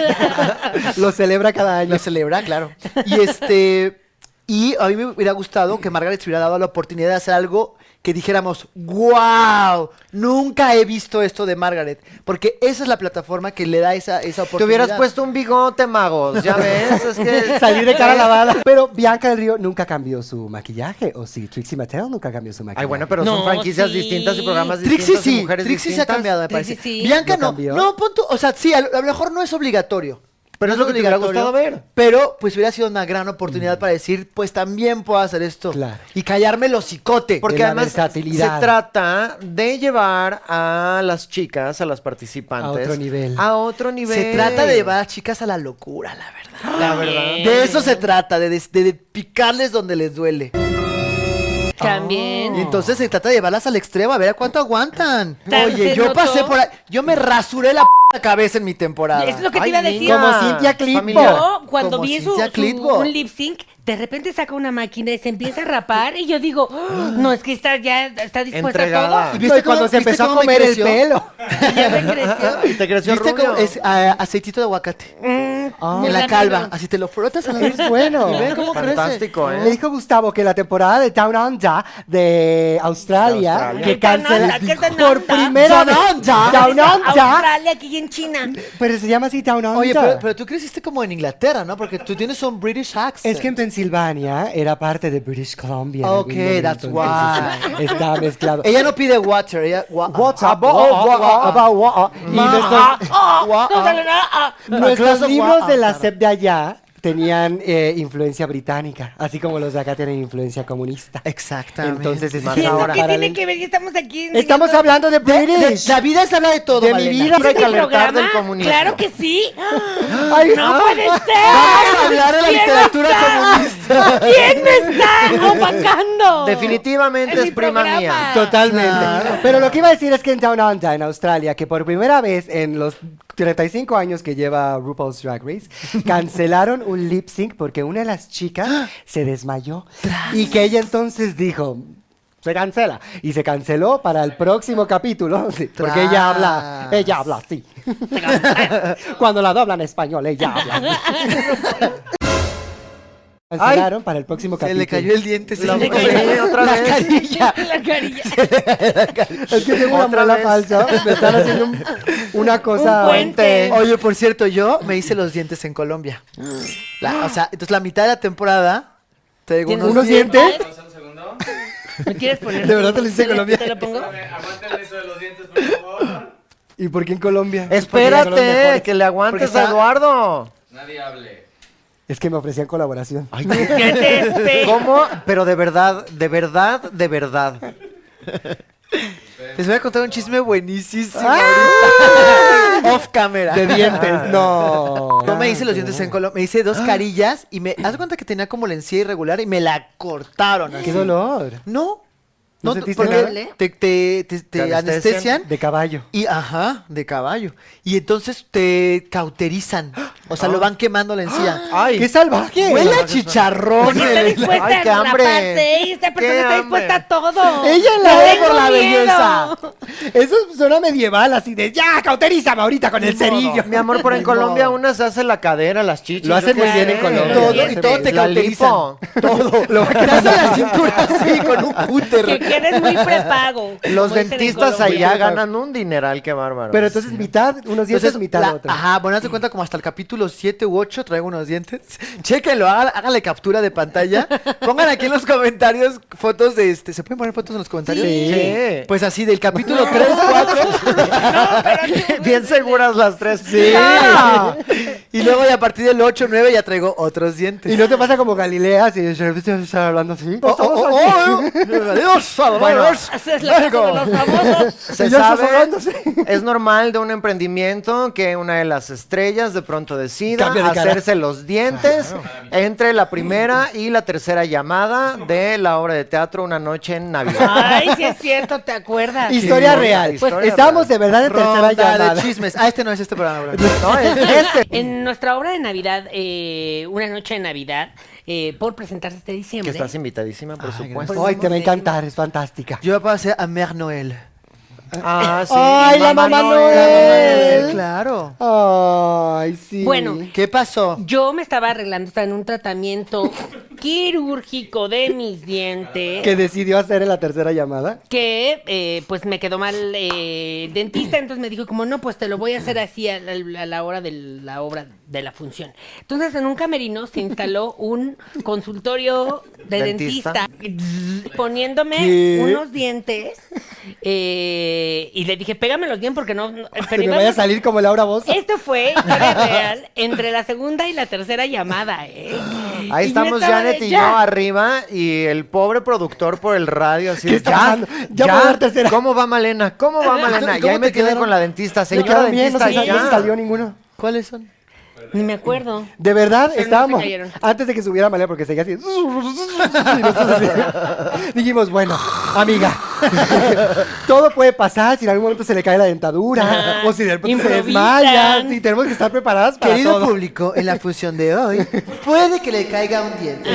Speaker 3: Lo celebra cada año.
Speaker 2: Lo celebra, claro. Y este. Y a mí me hubiera gustado que Margaret se hubiera dado la oportunidad de hacer algo que dijéramos, wow, nunca he visto esto de Margaret. Porque esa es la plataforma que le da esa, esa
Speaker 4: Te
Speaker 2: oportunidad.
Speaker 4: hubieras puesto un bigote, magos, ya ves, es que...
Speaker 3: Salir de cara lavada. Pero Bianca del Río nunca cambió su maquillaje. O sí, Trixie Mattel nunca cambió su maquillaje.
Speaker 4: Ay, bueno, pero
Speaker 1: No,
Speaker 4: son franquicias
Speaker 1: sí.
Speaker 4: distintas y programas
Speaker 2: Trixie
Speaker 4: distintos y
Speaker 2: sí,
Speaker 4: mujeres
Speaker 2: Trixie se ha
Speaker 4: distintas.
Speaker 2: cambiado, me parece.
Speaker 1: Trixie sí.
Speaker 2: Bianca
Speaker 3: ¿Lo
Speaker 2: no.
Speaker 3: cambió?
Speaker 2: No, pon tú- o sea, sí, a lo, a lo mejor no es obligatorio.
Speaker 4: Pero es
Speaker 2: No
Speaker 4: lo que te hubiera
Speaker 2: obligatorio,
Speaker 4: gustado ver. Mm.
Speaker 2: Pero pues hubiera sido una gran oportunidad para decir, pues también puedo hacer esto.
Speaker 3: Claro.
Speaker 2: Y callarme el hocicote.
Speaker 4: Porque
Speaker 3: la
Speaker 4: además
Speaker 3: versatilidad.
Speaker 4: se trata de llevar a las chicas, a las participantes.
Speaker 3: A otro nivel.
Speaker 4: A otro nivel.
Speaker 2: Se trata de llevar a chicas a la locura, la verdad.
Speaker 4: La verdad.
Speaker 1: Bien.
Speaker 2: De eso se trata, de, des- de- de picarles donde les duele.
Speaker 1: También.
Speaker 2: Y entonces se trata de llevarlas al extremo, a ver a cuánto aguantan.
Speaker 1: Tan
Speaker 2: Oye,
Speaker 1: se
Speaker 2: yo
Speaker 1: notó.
Speaker 2: pasé por ahí, yo me rasuré la p cabeza en mi temporada.
Speaker 1: Es lo que te
Speaker 4: Ay,
Speaker 1: iba a
Speaker 4: niña.
Speaker 1: decir.
Speaker 3: Como Cintia Clitbo.
Speaker 4: Familiar.
Speaker 1: Yo, cuando
Speaker 2: Como
Speaker 1: vi su,
Speaker 2: Cintia
Speaker 1: su-
Speaker 2: Clitbo.
Speaker 1: un lip sync, de repente saca una máquina y se empieza a rapar. Y yo digo, "Ah, no, es que está ya está dispuesta
Speaker 4: Entregada.
Speaker 1: a todo.
Speaker 2: ¿Y viste
Speaker 3: No, y cuando
Speaker 2: cómo-
Speaker 3: se
Speaker 2: viste
Speaker 3: empezó a
Speaker 2: cómo me
Speaker 3: comer el
Speaker 2: creció?
Speaker 3: pelo.
Speaker 1: Ya me Ah, creció.
Speaker 4: Te creció
Speaker 2: ¿Viste
Speaker 4: rubio.
Speaker 2: cómo es ah, aceitito de aguacate?
Speaker 1: Mm,
Speaker 2: Ah, en
Speaker 1: muy
Speaker 2: la
Speaker 1: rápido.
Speaker 2: calva, así te lo frotas a la vez.
Speaker 3: Es bueno.
Speaker 2: Y ve cómo crece.
Speaker 4: Fantástico,
Speaker 3: Le
Speaker 4: ¿eh?
Speaker 3: dijo Gustavo que la temporada de Town Under de Australia,
Speaker 4: De Australia.
Speaker 3: que
Speaker 1: ¿Qué tan
Speaker 3: cancela
Speaker 1: onda? ¿Qué tan
Speaker 3: por
Speaker 1: onda?
Speaker 3: primera vez.
Speaker 2: Town Under.
Speaker 3: Town Under.
Speaker 1: Ah. Australia, aquí en China.
Speaker 3: Pero se llama así Town Under.
Speaker 2: Oye, pero, pero tú creciste como en Inglaterra, ¿no? Porque tú tienes un British accent.
Speaker 3: Es que en Pensilvania era parte de British Columbia. en
Speaker 2: Ok,
Speaker 3: algún
Speaker 2: that's
Speaker 3: entonces, Estaba mezclado.
Speaker 2: Ella no pide water, ella... wa- Ah,
Speaker 3: What's up?
Speaker 2: wa- wa-
Speaker 3: Oh, what up?
Speaker 2: wa-
Speaker 3: About Ah, what up? Y
Speaker 2: Ma-
Speaker 3: nuestros-
Speaker 1: Oh,
Speaker 2: Guau.
Speaker 1: no sale nada. Ah.
Speaker 3: Nuestros
Speaker 2: Clase
Speaker 3: libros
Speaker 2: guapa,
Speaker 3: de la
Speaker 2: claro.
Speaker 3: SEP de allá tenían eh, influencia británica, así como los de acá tienen influencia comunista.
Speaker 2: Exactamente.
Speaker 3: Entonces es más
Speaker 1: ¿Y eso qué
Speaker 3: ahora.
Speaker 1: tiene
Speaker 3: paralelo.
Speaker 1: que ver? Ya estamos aquí. en-
Speaker 3: Estamos hablando de British.
Speaker 2: la vida se habla de todo,
Speaker 3: De mi
Speaker 2: Malena.
Speaker 3: vida.
Speaker 1: ¿Este es el
Speaker 4: recalentar del
Speaker 1: programa?
Speaker 4: comunismo.
Speaker 1: Claro que sí.
Speaker 3: Ay, ah. pues,
Speaker 1: No puede ser.
Speaker 2: Vamos a hablar de la
Speaker 1: ¿Quién
Speaker 2: literatura
Speaker 1: está?
Speaker 2: comunista.
Speaker 1: ¿Quién me está opacando?
Speaker 4: Definitivamente
Speaker 1: En
Speaker 4: es
Speaker 1: mi
Speaker 4: prima
Speaker 1: programa. Pues
Speaker 4: mía.
Speaker 3: Totalmente.
Speaker 2: Claro.
Speaker 3: Pero lo que iba a decir es que en Down Under, en Australia, que por primera vez en los 35 años que lleva RuPaul's Drag Race, cancelaron un lip sync porque una de las
Speaker 2: ¡Ah!
Speaker 3: chicas se desmayó. Y que ella entonces dijo. Se cancela. Y se canceló para el próximo capítulo. sí, Porque ella habla.
Speaker 2: Tras.
Speaker 3: Ella habla así. Cuando la doblan en español, ella habla así. Cancelaron para el próximo
Speaker 2: Se
Speaker 3: capítulo.
Speaker 2: le cayó el diente. sí,
Speaker 4: La-
Speaker 2: sí,
Speaker 4: Sí, otra
Speaker 2: la
Speaker 4: vez.
Speaker 2: carilla.
Speaker 1: La carilla.
Speaker 3: Es que tengo una
Speaker 4: Otra
Speaker 3: muela
Speaker 4: vez.
Speaker 3: falsa. Me están haciendo un- una cosa.
Speaker 1: Un puente.
Speaker 2: Oye, por cierto, yo me hice los dientes en Colombia. La- o sea, entonces la mitad de la temporada traigo
Speaker 1: ¿Tienes
Speaker 2: unos,
Speaker 3: unos
Speaker 2: dientes.
Speaker 3: dientes.
Speaker 5: un segundo.
Speaker 1: ¿Me quieres poner?
Speaker 2: ¿De verdad te lo hice en Colombia?
Speaker 1: ¿Te lo pongo?
Speaker 5: Aguántame eso de los dientes, por favor.
Speaker 3: ¿Y por qué en Colombia? Porque llegaron
Speaker 4: Espérate,
Speaker 3: mejores.
Speaker 4: que le
Speaker 2: Porque
Speaker 4: aguantes
Speaker 2: está-
Speaker 4: a Eduardo.
Speaker 5: Nadie hable.
Speaker 3: Es que me ofrecían colaboración.
Speaker 1: ¿Qué es este?
Speaker 4: ¿Cómo? Pero de verdad, de verdad, de verdad.
Speaker 2: Les voy a contar un chisme buenísimo ahorita. Off camera.
Speaker 3: ¡Ah! De dientes. No.
Speaker 2: No me
Speaker 3: Ah,
Speaker 2: hice los dientes en Colombia, me hice dos carillas y me. Haz de cuenta que tenía como la encía irregular y me la cortaron. así.
Speaker 3: Qué dolor.
Speaker 2: No.
Speaker 3: ¿No
Speaker 2: No,
Speaker 3: sentiste
Speaker 2: porque
Speaker 3: nada?
Speaker 2: te, te- te- te
Speaker 4: ¿Te
Speaker 2: anestesian
Speaker 4: anestesian?
Speaker 3: De caballo.
Speaker 2: y ajá, de caballo. Y entonces te cauterizan. O
Speaker 3: Ah.
Speaker 2: sea, lo van quemando la encía.
Speaker 4: Ay,
Speaker 3: ¡Qué salvaje!
Speaker 2: Huele a chicharrón.
Speaker 1: Porque está
Speaker 2: Belén.
Speaker 1: dispuesta
Speaker 4: Ay, qué
Speaker 1: a
Speaker 4: hambre.
Speaker 1: raparse, ¿eh? Esta persona
Speaker 4: Qué
Speaker 1: está
Speaker 4: hambre.
Speaker 1: dispuesta a todo.
Speaker 3: Ella
Speaker 1: Yo
Speaker 3: la ve
Speaker 1: tengo
Speaker 3: por la
Speaker 1: miedo.
Speaker 3: belleza. Eso suena medieval, así de ya, cauterízame ahorita con el cerillo.
Speaker 4: mi amor, por en Colombia una se hace la cadera, las chichis.
Speaker 3: Lo
Speaker 4: yo
Speaker 3: hacen
Speaker 4: qué
Speaker 3: muy
Speaker 4: sé.
Speaker 3: bien en Colombia.
Speaker 2: Todo,
Speaker 3: Lo
Speaker 2: y
Speaker 3: hacen
Speaker 2: todo
Speaker 3: bien.
Speaker 2: te
Speaker 4: La
Speaker 2: cauterizan.
Speaker 4: lipo.
Speaker 2: Todo. Lo te hacen la cintura así con un cúter.
Speaker 1: Que quedes muy prepago.
Speaker 4: Los
Speaker 1: Como dicen en
Speaker 4: dentistas
Speaker 1: Colombia.
Speaker 4: allá ganan un dineral, qué bárbaro.
Speaker 3: Pero entonces mitad, unos dientes,
Speaker 2: Entonces,
Speaker 3: mitad
Speaker 2: Pues la-
Speaker 3: otro.
Speaker 2: Ajá, bueno, hazte cuenta como hasta el capítulo 7 u 8 traigo unos dientes. Chéquenlo, haga- háganle captura de pantalla. Pongan aquí en los comentarios fotos de este. ¿Se pueden poner fotos en los comentarios?
Speaker 3: Sí.
Speaker 4: Sí.
Speaker 2: Pues así, del capítulo 3, 4.
Speaker 4: bien seguras las tres. Ah.
Speaker 2: Sí. Y luego ya a partir del 8, 9 ya traigo otros dientes.
Speaker 3: Y no te pasa como Galilea, si estar hablando así.
Speaker 2: Oh, oh, oh, oh, eh. Adiós, a los
Speaker 4: Bueno,
Speaker 2: bailos.
Speaker 1: Haces la cosa de los famosos.
Speaker 4: Se
Speaker 3: Y ya estás
Speaker 4: sabe,
Speaker 3: ahogándose.
Speaker 4: es normal de un emprendimiento que una de las estrellas de pronto decida
Speaker 3: Cambia de cara.
Speaker 4: hacerse los dientes entre la primera y la tercera llamada de la obra de teatro Una noche en Navidad.
Speaker 1: Ay, sí es cierto, ¿te acuerdas?
Speaker 3: Historia
Speaker 4: Sí,
Speaker 3: real.
Speaker 4: historia
Speaker 3: Estábamos de verdad en tercera
Speaker 2: Ronda de
Speaker 3: llamada.
Speaker 2: chismes. Ah, este no es este programa. ¿verdad?
Speaker 4: No, es este.
Speaker 1: En en nuestra obra de Navidad, eh, Una Noche de Navidad, eh, por presentarse este
Speaker 4: Que
Speaker 1: diciembre.
Speaker 4: estás invitadísima, por
Speaker 2: Ay,
Speaker 4: supuesto.
Speaker 2: gracias.
Speaker 3: Ay, te va a encantar, es fantástica.
Speaker 2: pues, Yo voy a hacer a Mère Noël.
Speaker 4: Ah, sí.
Speaker 3: Ay,
Speaker 4: y
Speaker 3: la mamá
Speaker 2: La mamá de
Speaker 3: Noel.
Speaker 2: Noel, Claro.
Speaker 3: Ay, sí.
Speaker 1: Bueno,
Speaker 2: ¿Qué pasó?
Speaker 1: yo me estaba arreglando, estaba en un tratamiento quirúrgico de mis dientes.
Speaker 3: Que decidió hacer en la tercera llamada.
Speaker 1: que eh, pues me quedó mal eh, el dentista, entonces me dijo como no, pues te lo voy a hacer así a la, a la hora de la obra de la función. Entonces en un camerino se instaló un consultorio de
Speaker 4: Dentista.
Speaker 1: dentista, poniéndome
Speaker 3: ¿Qué?
Speaker 1: unos dientes eh, y le dije, pégamelos bien porque no... no- pero
Speaker 3: Que me
Speaker 1: iba-
Speaker 3: vaya a salir como Laura Bozo.
Speaker 1: Esto fue historia real entre la segunda y la tercera llamada. ¿eh? Y yo
Speaker 4: Ahí estamos
Speaker 1: estaba de,
Speaker 4: Janet y yo
Speaker 1: "Ya".
Speaker 4: arriba y el pobre productor por el radio así
Speaker 3: ¿Qué
Speaker 4: de,
Speaker 3: está
Speaker 4: "Ya,
Speaker 3: pasando? Ya
Speaker 4: ya,
Speaker 3: puedo dar tercera".
Speaker 4: ¿Cómo va Malena? ¿Cómo va Malena? Y
Speaker 2: ¿Cómo
Speaker 4: ahí me
Speaker 2: te
Speaker 4: quedé
Speaker 2: quedaron?
Speaker 4: con la dentista,
Speaker 3: Me
Speaker 4: señora
Speaker 3: quedaron bien, no
Speaker 4: dentista,
Speaker 3: se, sal- no se
Speaker 4: ya.
Speaker 3: salió ninguno.
Speaker 2: ¿Cuáles son?
Speaker 1: Ni me acuerdo.
Speaker 3: De verdad,
Speaker 1: Pero no se
Speaker 3: estábamos.
Speaker 1: cayeron.
Speaker 3: antes de que subiera Malea, porque seguía así. y nosotros así. Dijimos, bueno, amiga, todo puede pasar si en algún momento se le cae la dentadura,
Speaker 1: Ajá.
Speaker 3: o si de repente se
Speaker 1: Improvisan.
Speaker 3: desmaya, y tenemos que estar preparadas para
Speaker 2: Querido
Speaker 3: todo.
Speaker 2: público, en la función de hoy, puede que le caiga un diente.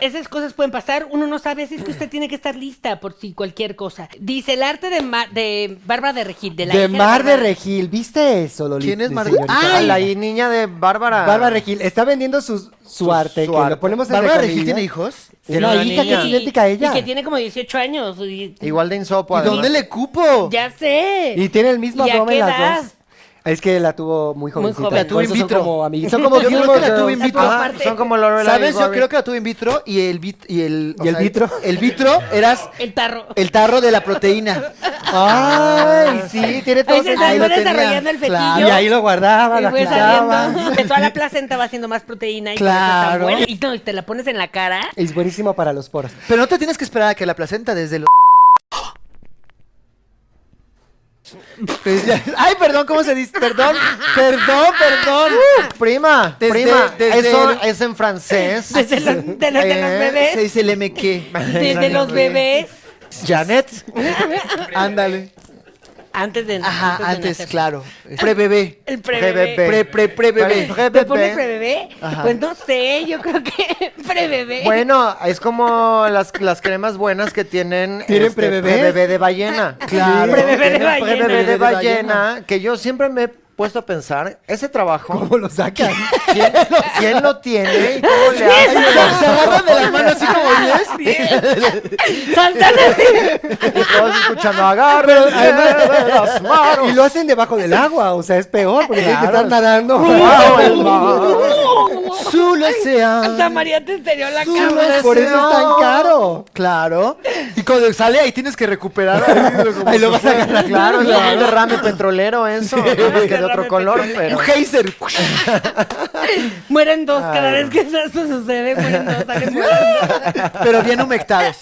Speaker 1: Esas cosas pueden pasar, uno no sabe, así es que usted tiene que estar lista por si cualquier cosa. Dice el arte de, Ma- de Bárbara de Regil, de la
Speaker 3: de
Speaker 1: hija
Speaker 3: Mar de
Speaker 1: Bárbara
Speaker 3: Regil, ¿viste eso, Lolita?
Speaker 2: ¿Quién es Mar de-
Speaker 3: señorita?
Speaker 2: ¡Ah!
Speaker 4: Ah, la i- niña de Bárbara.
Speaker 3: Bárbara Regil está vendiendo su, su, arte,
Speaker 4: su
Speaker 3: que
Speaker 4: arte.
Speaker 3: lo ponemos en
Speaker 2: ¿Bárbara Regil tiene hijos?
Speaker 4: Tiene
Speaker 3: una
Speaker 4: una
Speaker 3: hija que
Speaker 4: niña.
Speaker 3: es idéntica a ella.
Speaker 1: Y que tiene como 18 años. y-
Speaker 4: Igual de insopo.
Speaker 2: ¿Y
Speaker 4: además.
Speaker 2: dónde le cupo?
Speaker 1: Ya sé.
Speaker 3: Y tiene el mismo
Speaker 1: ¿Y a
Speaker 3: abdomen
Speaker 1: qué
Speaker 3: las
Speaker 1: edad?
Speaker 3: dos. Es que la tuvo muy jovencita.
Speaker 1: joven. La
Speaker 3: por
Speaker 2: tuvo in
Speaker 3: eso son
Speaker 2: vitro.
Speaker 3: como amiguitas.
Speaker 2: Son como
Speaker 3: Yo creo
Speaker 2: Gilmore
Speaker 3: que la tuvo in
Speaker 2: Girls.
Speaker 3: vitro.
Speaker 4: Ajá,
Speaker 1: Aparte-
Speaker 4: son como Lorelai
Speaker 2: ¿Sabes? Yo
Speaker 4: Gobin.
Speaker 2: creo que la tuve in vitro y el vit- y el o
Speaker 3: ¿Y el vitro?
Speaker 2: El vitro eras
Speaker 1: El tarro.
Speaker 3: Eh,
Speaker 2: el tarro de la proteína.
Speaker 3: Ay, sí, tiene todo
Speaker 1: Ahí se
Speaker 3: sentido.
Speaker 2: ahí
Speaker 1: salió
Speaker 2: lo tenía,
Speaker 1: desarrollando el fetillo.
Speaker 2: claro.
Speaker 3: Y ahí lo guardaba,
Speaker 1: y
Speaker 3: la
Speaker 1: fue
Speaker 3: cuidaba.
Speaker 1: saliendo. De toda la placenta va haciendo más proteína. Y por eso es tan
Speaker 3: Claro. Ah,
Speaker 1: buena. Y, no, y te la pones en la cara.
Speaker 3: Es buenísimo para los poros.
Speaker 2: Pero no te tienes que esperar a que la placenta desde los. Pues ya- Ay, perdón, ¿cómo se dice? Perdón, perdón, perdón.
Speaker 4: Prima,
Speaker 2: Desde-
Speaker 4: prima.
Speaker 2: desde
Speaker 4: Eso
Speaker 2: el-
Speaker 4: es en francés.
Speaker 1: Desde los, de los, de los
Speaker 4: Eh,
Speaker 2: Se
Speaker 1: bebés.
Speaker 2: dice el MQ.
Speaker 1: Desde los bebés.
Speaker 4: Janet.
Speaker 2: Ándale.
Speaker 1: Antes de
Speaker 2: Ajá,
Speaker 1: de
Speaker 2: antes,
Speaker 1: nacer.
Speaker 2: claro. Pre-bebé.
Speaker 1: El prebebé.
Speaker 4: Prebebé.
Speaker 2: Pre, pre, pre, bebé.
Speaker 4: Pre-
Speaker 1: ¿Te pone
Speaker 4: bebé.
Speaker 1: prebebé? Pues no sé, yo creo que prebebé.
Speaker 4: Bueno, es como las, las cremas buenas que tienen
Speaker 3: Tienen
Speaker 4: este,
Speaker 3: prebebés.
Speaker 4: prebebé de ballena.
Speaker 2: Claro.
Speaker 1: Pre-bebé de
Speaker 4: Tienen
Speaker 1: ballena.
Speaker 4: prebebé de
Speaker 2: Pre-bebé de
Speaker 4: ballena, que yo siempre me he puesto a pensar, ese trabajo,
Speaker 3: ¿Cómo lo sacan?
Speaker 4: ¿quién, quién lo tiene y cómo le hace?
Speaker 2: Se agarran de la mano así como yes.
Speaker 1: Saltan así.
Speaker 4: Y todos escuchando, agárrense de las manos.
Speaker 3: Y lo hacen debajo del agua, o sea, es peor, porque tienen que estar nadando.
Speaker 4: Bajo el mar.
Speaker 2: Solo sea.
Speaker 1: Hasta María te esterió la
Speaker 2: Sube
Speaker 1: cama.
Speaker 2: ese
Speaker 3: Por eso es tan
Speaker 2: ojo.
Speaker 3: caro.
Speaker 2: Claro. Y cuando sale ahí tienes que recuperar. Ahí lo vas a agarrar.
Speaker 4: Claro, es un derrame petrolero eso, nada más que de otro
Speaker 1: Derrame
Speaker 4: color, pero...
Speaker 2: Un geyser.
Speaker 1: Mueren dos cada vez que eso sucede. Mueren dos. salen volando.
Speaker 2: Pero bien humectados.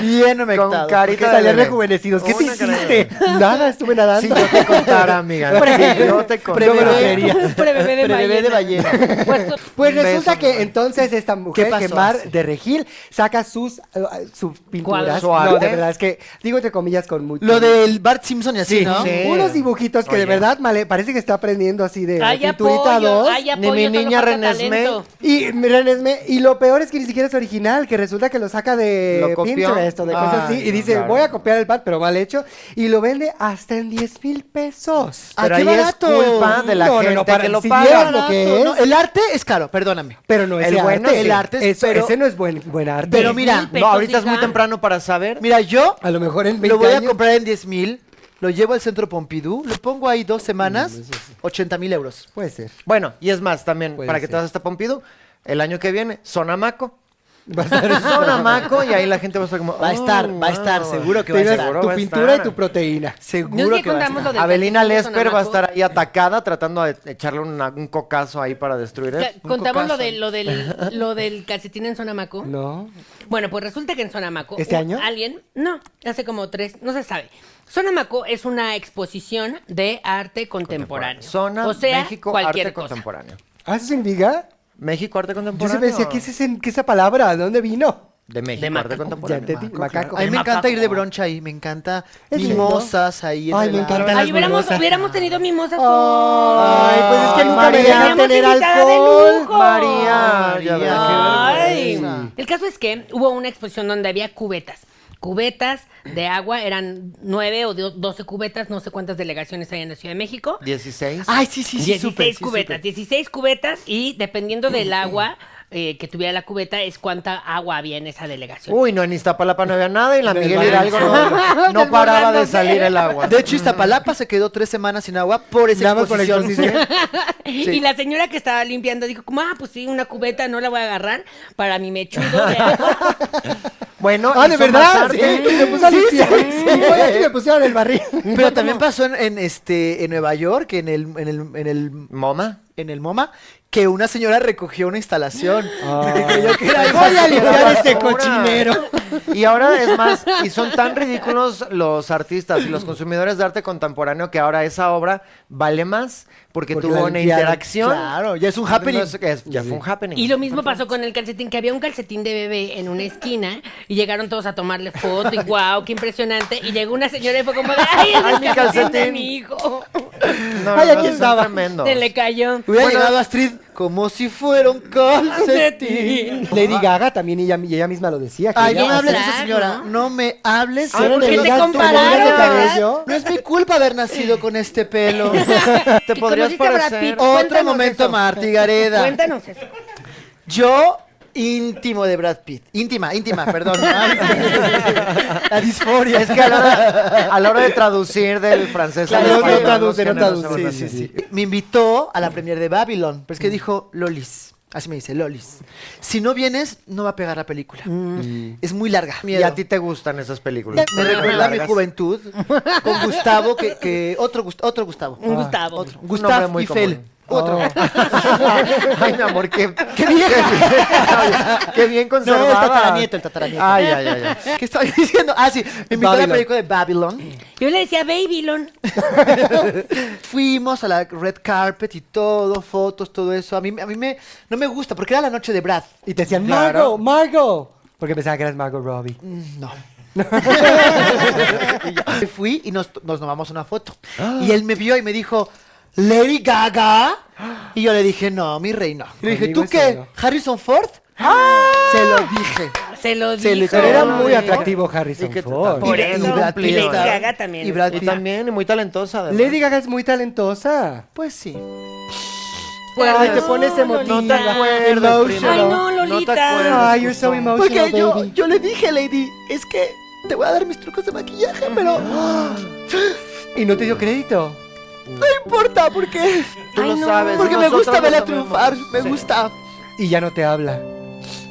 Speaker 2: Bien humectados.
Speaker 4: Con cari-
Speaker 3: Que
Speaker 4: Carita de
Speaker 3: salían
Speaker 4: bebé.
Speaker 3: rejuvenecidos. ¿Qué te
Speaker 4: Una cara de
Speaker 3: hiciste? Nada, estuve nadando.
Speaker 4: Si yo te contara, amiga, si yo te contara.
Speaker 3: Yo me lo quería.
Speaker 1: Prebebé de
Speaker 2: Prebebé de
Speaker 1: ballena. Pues,
Speaker 3: Pues
Speaker 4: Un beso,
Speaker 3: resulta que
Speaker 4: mamá.
Speaker 3: entonces esta mujer
Speaker 2: pasó?
Speaker 3: que Mar de Regil saca sus, eh, sus pinturas.
Speaker 4: Su
Speaker 3: No,
Speaker 4: arte.
Speaker 3: de verdad es que digo entre comillas con mucho.
Speaker 2: Lo del Bart Simpson y así, ¿no?
Speaker 4: sí.
Speaker 3: Unos dibujitos que de verdad male, parece que está aprendiendo así de
Speaker 1: hay
Speaker 3: Eh, pinturita
Speaker 1: apoyo,
Speaker 3: dos.
Speaker 1: hay
Speaker 4: ni
Speaker 1: apoyo.
Speaker 4: mi
Speaker 1: solo
Speaker 4: niña
Speaker 1: falta
Speaker 4: Renesmee.
Speaker 1: talento.
Speaker 3: Y miren, Esme, y lo peor es que ni siquiera es original, que resulta que lo saca de
Speaker 4: Lo copió.
Speaker 3: Pinterest o de cosas
Speaker 4: Ay,
Speaker 3: así. Y
Speaker 4: no,
Speaker 3: dice,
Speaker 4: claro.
Speaker 3: voy a copiar el pad, pero mal hecho. Y lo vende hasta en 10 mil pesos.
Speaker 2: Ah,
Speaker 4: Pero
Speaker 2: qué
Speaker 4: ahí es
Speaker 2: barato.
Speaker 4: culpa de la
Speaker 3: No, no, no,
Speaker 4: gente
Speaker 3: para-
Speaker 4: que lo
Speaker 3: si
Speaker 4: paga.
Speaker 3: vieras lo que es.
Speaker 2: No, el arte es caro, perdóname.
Speaker 3: Pero no es
Speaker 4: El bueno,
Speaker 3: arte.
Speaker 4: el
Speaker 2: arte es-
Speaker 3: Eso-
Speaker 2: pero-
Speaker 3: ese no es buen, buen arte.
Speaker 2: Pero
Speaker 1: Diez
Speaker 2: mira,
Speaker 1: mil
Speaker 4: No,
Speaker 1: pesos,
Speaker 4: ahorita es muy
Speaker 1: hija.
Speaker 4: temprano para saber.
Speaker 2: Mira, yo
Speaker 3: a lo mejor en 20
Speaker 2: lo voy a
Speaker 3: años-
Speaker 2: comprar en 10 mil, lo llevo al centro Pompidou, lo pongo ahí dos semanas, 80 mil euros.
Speaker 3: Puede ser.
Speaker 4: Bueno, y es más también,
Speaker 3: Puede
Speaker 4: para que
Speaker 3: ser.
Speaker 4: te vas hasta Pompidou, el año que viene, Sonamaco.
Speaker 3: Va a estar-
Speaker 4: Sonamaco y ahí la gente va a estar como...
Speaker 2: Va a estar,
Speaker 4: "Oh,
Speaker 2: va a estar,
Speaker 4: wow".
Speaker 2: seguro que va a
Speaker 3: Te ibas-
Speaker 2: estar.
Speaker 4: seguro
Speaker 3: tu
Speaker 4: va a
Speaker 3: pintura y
Speaker 4: estar.
Speaker 3: tu proteína.
Speaker 1: No
Speaker 2: Seguro
Speaker 1: sé,
Speaker 2: que va a estar.
Speaker 1: contamos lo de
Speaker 4: Abelina
Speaker 1: Casimiro
Speaker 4: Lesper va a
Speaker 1: Sonamaco.
Speaker 4: estar ahí atacada tratando de echarle una- un cocazo ahí para destruir
Speaker 1: Ca-
Speaker 4: él.
Speaker 1: Contamos lo,
Speaker 2: cocazo.
Speaker 1: de, lo, del, lo del calcetín en Sonamaco.
Speaker 3: No.
Speaker 1: Bueno, pues resulta que en Sonamaco.
Speaker 3: ¿Este
Speaker 1: un-
Speaker 3: año?
Speaker 1: Alguien, no, hace como tres, no se sabe. Sonamaco es una exposición de arte contemporáneo.
Speaker 4: Zona
Speaker 1: o sea,
Speaker 4: México
Speaker 1: cualquier
Speaker 4: Arte
Speaker 1: cosa.
Speaker 4: Contemporáneo.
Speaker 3: ¿Ah, eso significa?
Speaker 4: México Arte
Speaker 3: Yo
Speaker 4: Contemporáneo.
Speaker 3: siempre decía, ¿qué es, ese- qué es esa palabra? ¿De dónde vino?
Speaker 4: de México,
Speaker 1: De Maco.
Speaker 4: arte
Speaker 3: Ya
Speaker 4: contemporáneo.
Speaker 3: entendí, macaco.
Speaker 2: A mí me
Speaker 1: Macaco.
Speaker 2: encanta ir de broncha ahí, me encanta
Speaker 3: Es lindo.
Speaker 2: mimosas ahí.
Speaker 3: Ay,
Speaker 2: entre
Speaker 3: me
Speaker 2: la-
Speaker 3: encanta las
Speaker 1: Ay, hubiéramos,
Speaker 3: mimosas.
Speaker 1: hubiéramos tenido mimosas.
Speaker 3: Ay, pues es que
Speaker 4: Ay,
Speaker 3: nunca
Speaker 4: María.
Speaker 3: me dejan
Speaker 1: Teníamos
Speaker 3: tener
Speaker 1: invitada de
Speaker 3: alcohol.
Speaker 1: lujo.
Speaker 4: María, ya ves,
Speaker 1: Ay.
Speaker 4: qué vergüenza.
Speaker 1: El caso es que hubo una exposición donde había cubetas. Cubetas de agua, eran nueve o do- doce cubetas, no sé cuántas delegaciones hay en la Ciudad de México.
Speaker 4: 16.
Speaker 2: Ay, sí, sí, sí,
Speaker 1: 16
Speaker 2: súper. sí,
Speaker 1: cubetas, 16 cubetas y dependiendo del agua eh, que tuviera la cubeta es cuánta agua había en esa delegación.
Speaker 4: Uy, no, en Iztapalapa no había nada y la
Speaker 2: Del
Speaker 4: Miguel Hidalgo no, no paraba de salir el agua.
Speaker 2: súper. De hecho, Iztapalapa se quedó tres semanas sin agua por esa
Speaker 3: Nada más por la
Speaker 2: exposición.
Speaker 3: exposición.
Speaker 1: Y la señora que estaba limpiando dijo como, ah, pues sí, una cubeta no la voy a agarrar para mi mechudo de agua.
Speaker 4: Bueno,
Speaker 3: Ah, de
Speaker 4: hizo más
Speaker 3: verdad. Sí,
Speaker 4: arte.
Speaker 3: se puso a
Speaker 2: Sí,
Speaker 3: limpiar.
Speaker 2: sí, sí.
Speaker 3: Oye, aquí me pusieron el barril.
Speaker 2: Pero también pasó en, en, este en Nueva York, en el, en el, en el
Speaker 4: Moma.
Speaker 2: en el MoMA, que una señora recogió una instalación.
Speaker 3: Ah. Voy a limpiar este
Speaker 4: Ahora.
Speaker 3: cochinero.
Speaker 4: Y ahora es más, y son tan ridículos los artistas y los consumidores de arte contemporáneo que ahora esa obra vale más porque,
Speaker 3: Porque la
Speaker 4: tuvo una
Speaker 3: limpiaron,
Speaker 4: interacción.
Speaker 2: claro, ya es un happening.
Speaker 4: No es- es- ya fue un happening.
Speaker 1: Y lo mismo pasó con el calcetín, que había un calcetín de bebé en una esquina y llegaron todos a tomarle foto y wow, qué impresionante. Y llegó una señora y fue como, de, ay, es
Speaker 4: Ay,
Speaker 1: el
Speaker 4: mi
Speaker 1: calcetín, de
Speaker 4: calcetín.
Speaker 1: mi hijo.
Speaker 4: No,
Speaker 3: Ay,
Speaker 4: no,
Speaker 3: aquí
Speaker 4: son
Speaker 3: estaba.
Speaker 4: tremendos.
Speaker 1: Se le cayó.
Speaker 2: Hubiera llegado Astrid como si fuera un calcetín.
Speaker 3: Lady Gaga también, ella, y ella misma lo decía. que
Speaker 2: Ay,
Speaker 3: ella
Speaker 2: no me hables de esa
Speaker 1: Claro.
Speaker 2: señora. No me hables
Speaker 3: Ay,
Speaker 2: de
Speaker 3: ¿por qué
Speaker 2: esa
Speaker 3: te
Speaker 2: señora.
Speaker 3: compararon?
Speaker 2: Tu cabello. No es mi culpa haber nacido con este pelo.
Speaker 1: Que
Speaker 4: Te podrías
Speaker 1: conociste a Brad
Speaker 4: parecer.
Speaker 1: Pitt.
Speaker 2: Otro
Speaker 1: Cuéntanos
Speaker 2: momento,
Speaker 1: eso.
Speaker 2: Marti Gareda.
Speaker 1: Cuéntanos eso.
Speaker 2: Yo, íntimo de Brad Pitt. Íntima, íntima, perdón. La disforia.
Speaker 4: Es que a la, hora, a la hora de traducir del francés
Speaker 3: Claro,
Speaker 4: al
Speaker 3: no
Speaker 4: español,
Speaker 3: traduce,
Speaker 4: los
Speaker 3: no
Speaker 4: géneros se
Speaker 3: traduce,
Speaker 4: vuelven
Speaker 3: sí,
Speaker 4: así.
Speaker 3: sí, sí.
Speaker 2: Me invitó a la premier de Babylon, pero es que dijo Lolis. Así me dice, Lolis. Si no vienes, no va a pegar la película.
Speaker 4: Mm.
Speaker 2: Es muy larga.
Speaker 4: Y a ti te gustan esas películas.
Speaker 2: me recuerda a mi
Speaker 4: Largas.
Speaker 2: juventud con Gustavo, que, que- otro, Gust- otro Gustavo.
Speaker 1: Un Gustavo.
Speaker 2: Otro.
Speaker 4: Un
Speaker 2: Gustavo
Speaker 4: nombre muy
Speaker 2: Eiffel.
Speaker 4: común. Oh.
Speaker 2: Otro.
Speaker 4: Ay, mi amor, qué, qué bien. qué bien conservada.
Speaker 2: tataranieto, el tataranieto.
Speaker 4: Ay, ay, ay. ay.
Speaker 2: ¿Qué estaba diciendo? Ah, sí. Me invitó a la
Speaker 3: Babylon.
Speaker 2: película de Babylon.
Speaker 1: Yo le decía, Babylon.
Speaker 2: Fuimos a la red carpet y todo, fotos, todo eso. A mí, a mí me, no me gusta, porque era la noche de Brad.
Speaker 3: Y te decían,
Speaker 4: Claro.
Speaker 3: Margot, Margot. Porque pensaban que eras Margot Robbie.
Speaker 2: Mm, No. Y ya. Fui y nos, nos tomamos una foto. Y él me vio y me dijo, Lady Gaga. Y yo le dije, no, mi reina. Y le dije,
Speaker 3: Conmigo
Speaker 2: ¿tú
Speaker 3: eso
Speaker 2: qué?
Speaker 3: no.
Speaker 2: ¿Harrison Ford?
Speaker 1: ¡Ah!
Speaker 2: Se lo dije.
Speaker 1: Se lo
Speaker 2: Se le-
Speaker 1: dijo.
Speaker 3: Pero era
Speaker 4: no,
Speaker 3: muy
Speaker 4: no.
Speaker 3: atractivo Harrison
Speaker 4: Y que-
Speaker 3: Ford.
Speaker 1: Por
Speaker 2: Y-
Speaker 1: eso.
Speaker 2: y Brad
Speaker 1: Y
Speaker 2: Pitt
Speaker 1: Lady
Speaker 2: estaba-
Speaker 1: Gaga también.
Speaker 2: Y Brad
Speaker 4: Y
Speaker 2: Pitt.
Speaker 4: también, y muy talentosa. además.
Speaker 3: Lady Gaga es muy talentosa.
Speaker 2: Pues sí.
Speaker 3: Ay, te
Speaker 1: No,
Speaker 3: pones emotiva.
Speaker 1: Lolita.
Speaker 4: acuerdas, prima.
Speaker 1: Ay, no,
Speaker 4: No te
Speaker 1: Lolita.
Speaker 4: acuerdas.
Speaker 3: Ay, you're so emotional,
Speaker 2: Porque yo,
Speaker 3: baby.
Speaker 2: yo le dije, Lady, es que te voy a dar mis trucos de maquillaje, pero no
Speaker 3: Y no te dio crédito.
Speaker 2: importa, porque,
Speaker 4: Tú
Speaker 1: Ay,
Speaker 4: lo
Speaker 1: no.
Speaker 4: sabes.
Speaker 2: porque me
Speaker 4: nosotros
Speaker 2: gusta
Speaker 4: lo
Speaker 2: verla
Speaker 4: sabemos.
Speaker 2: triunfar. Me
Speaker 4: Sí.
Speaker 2: gusta.
Speaker 3: Y ya no te habla.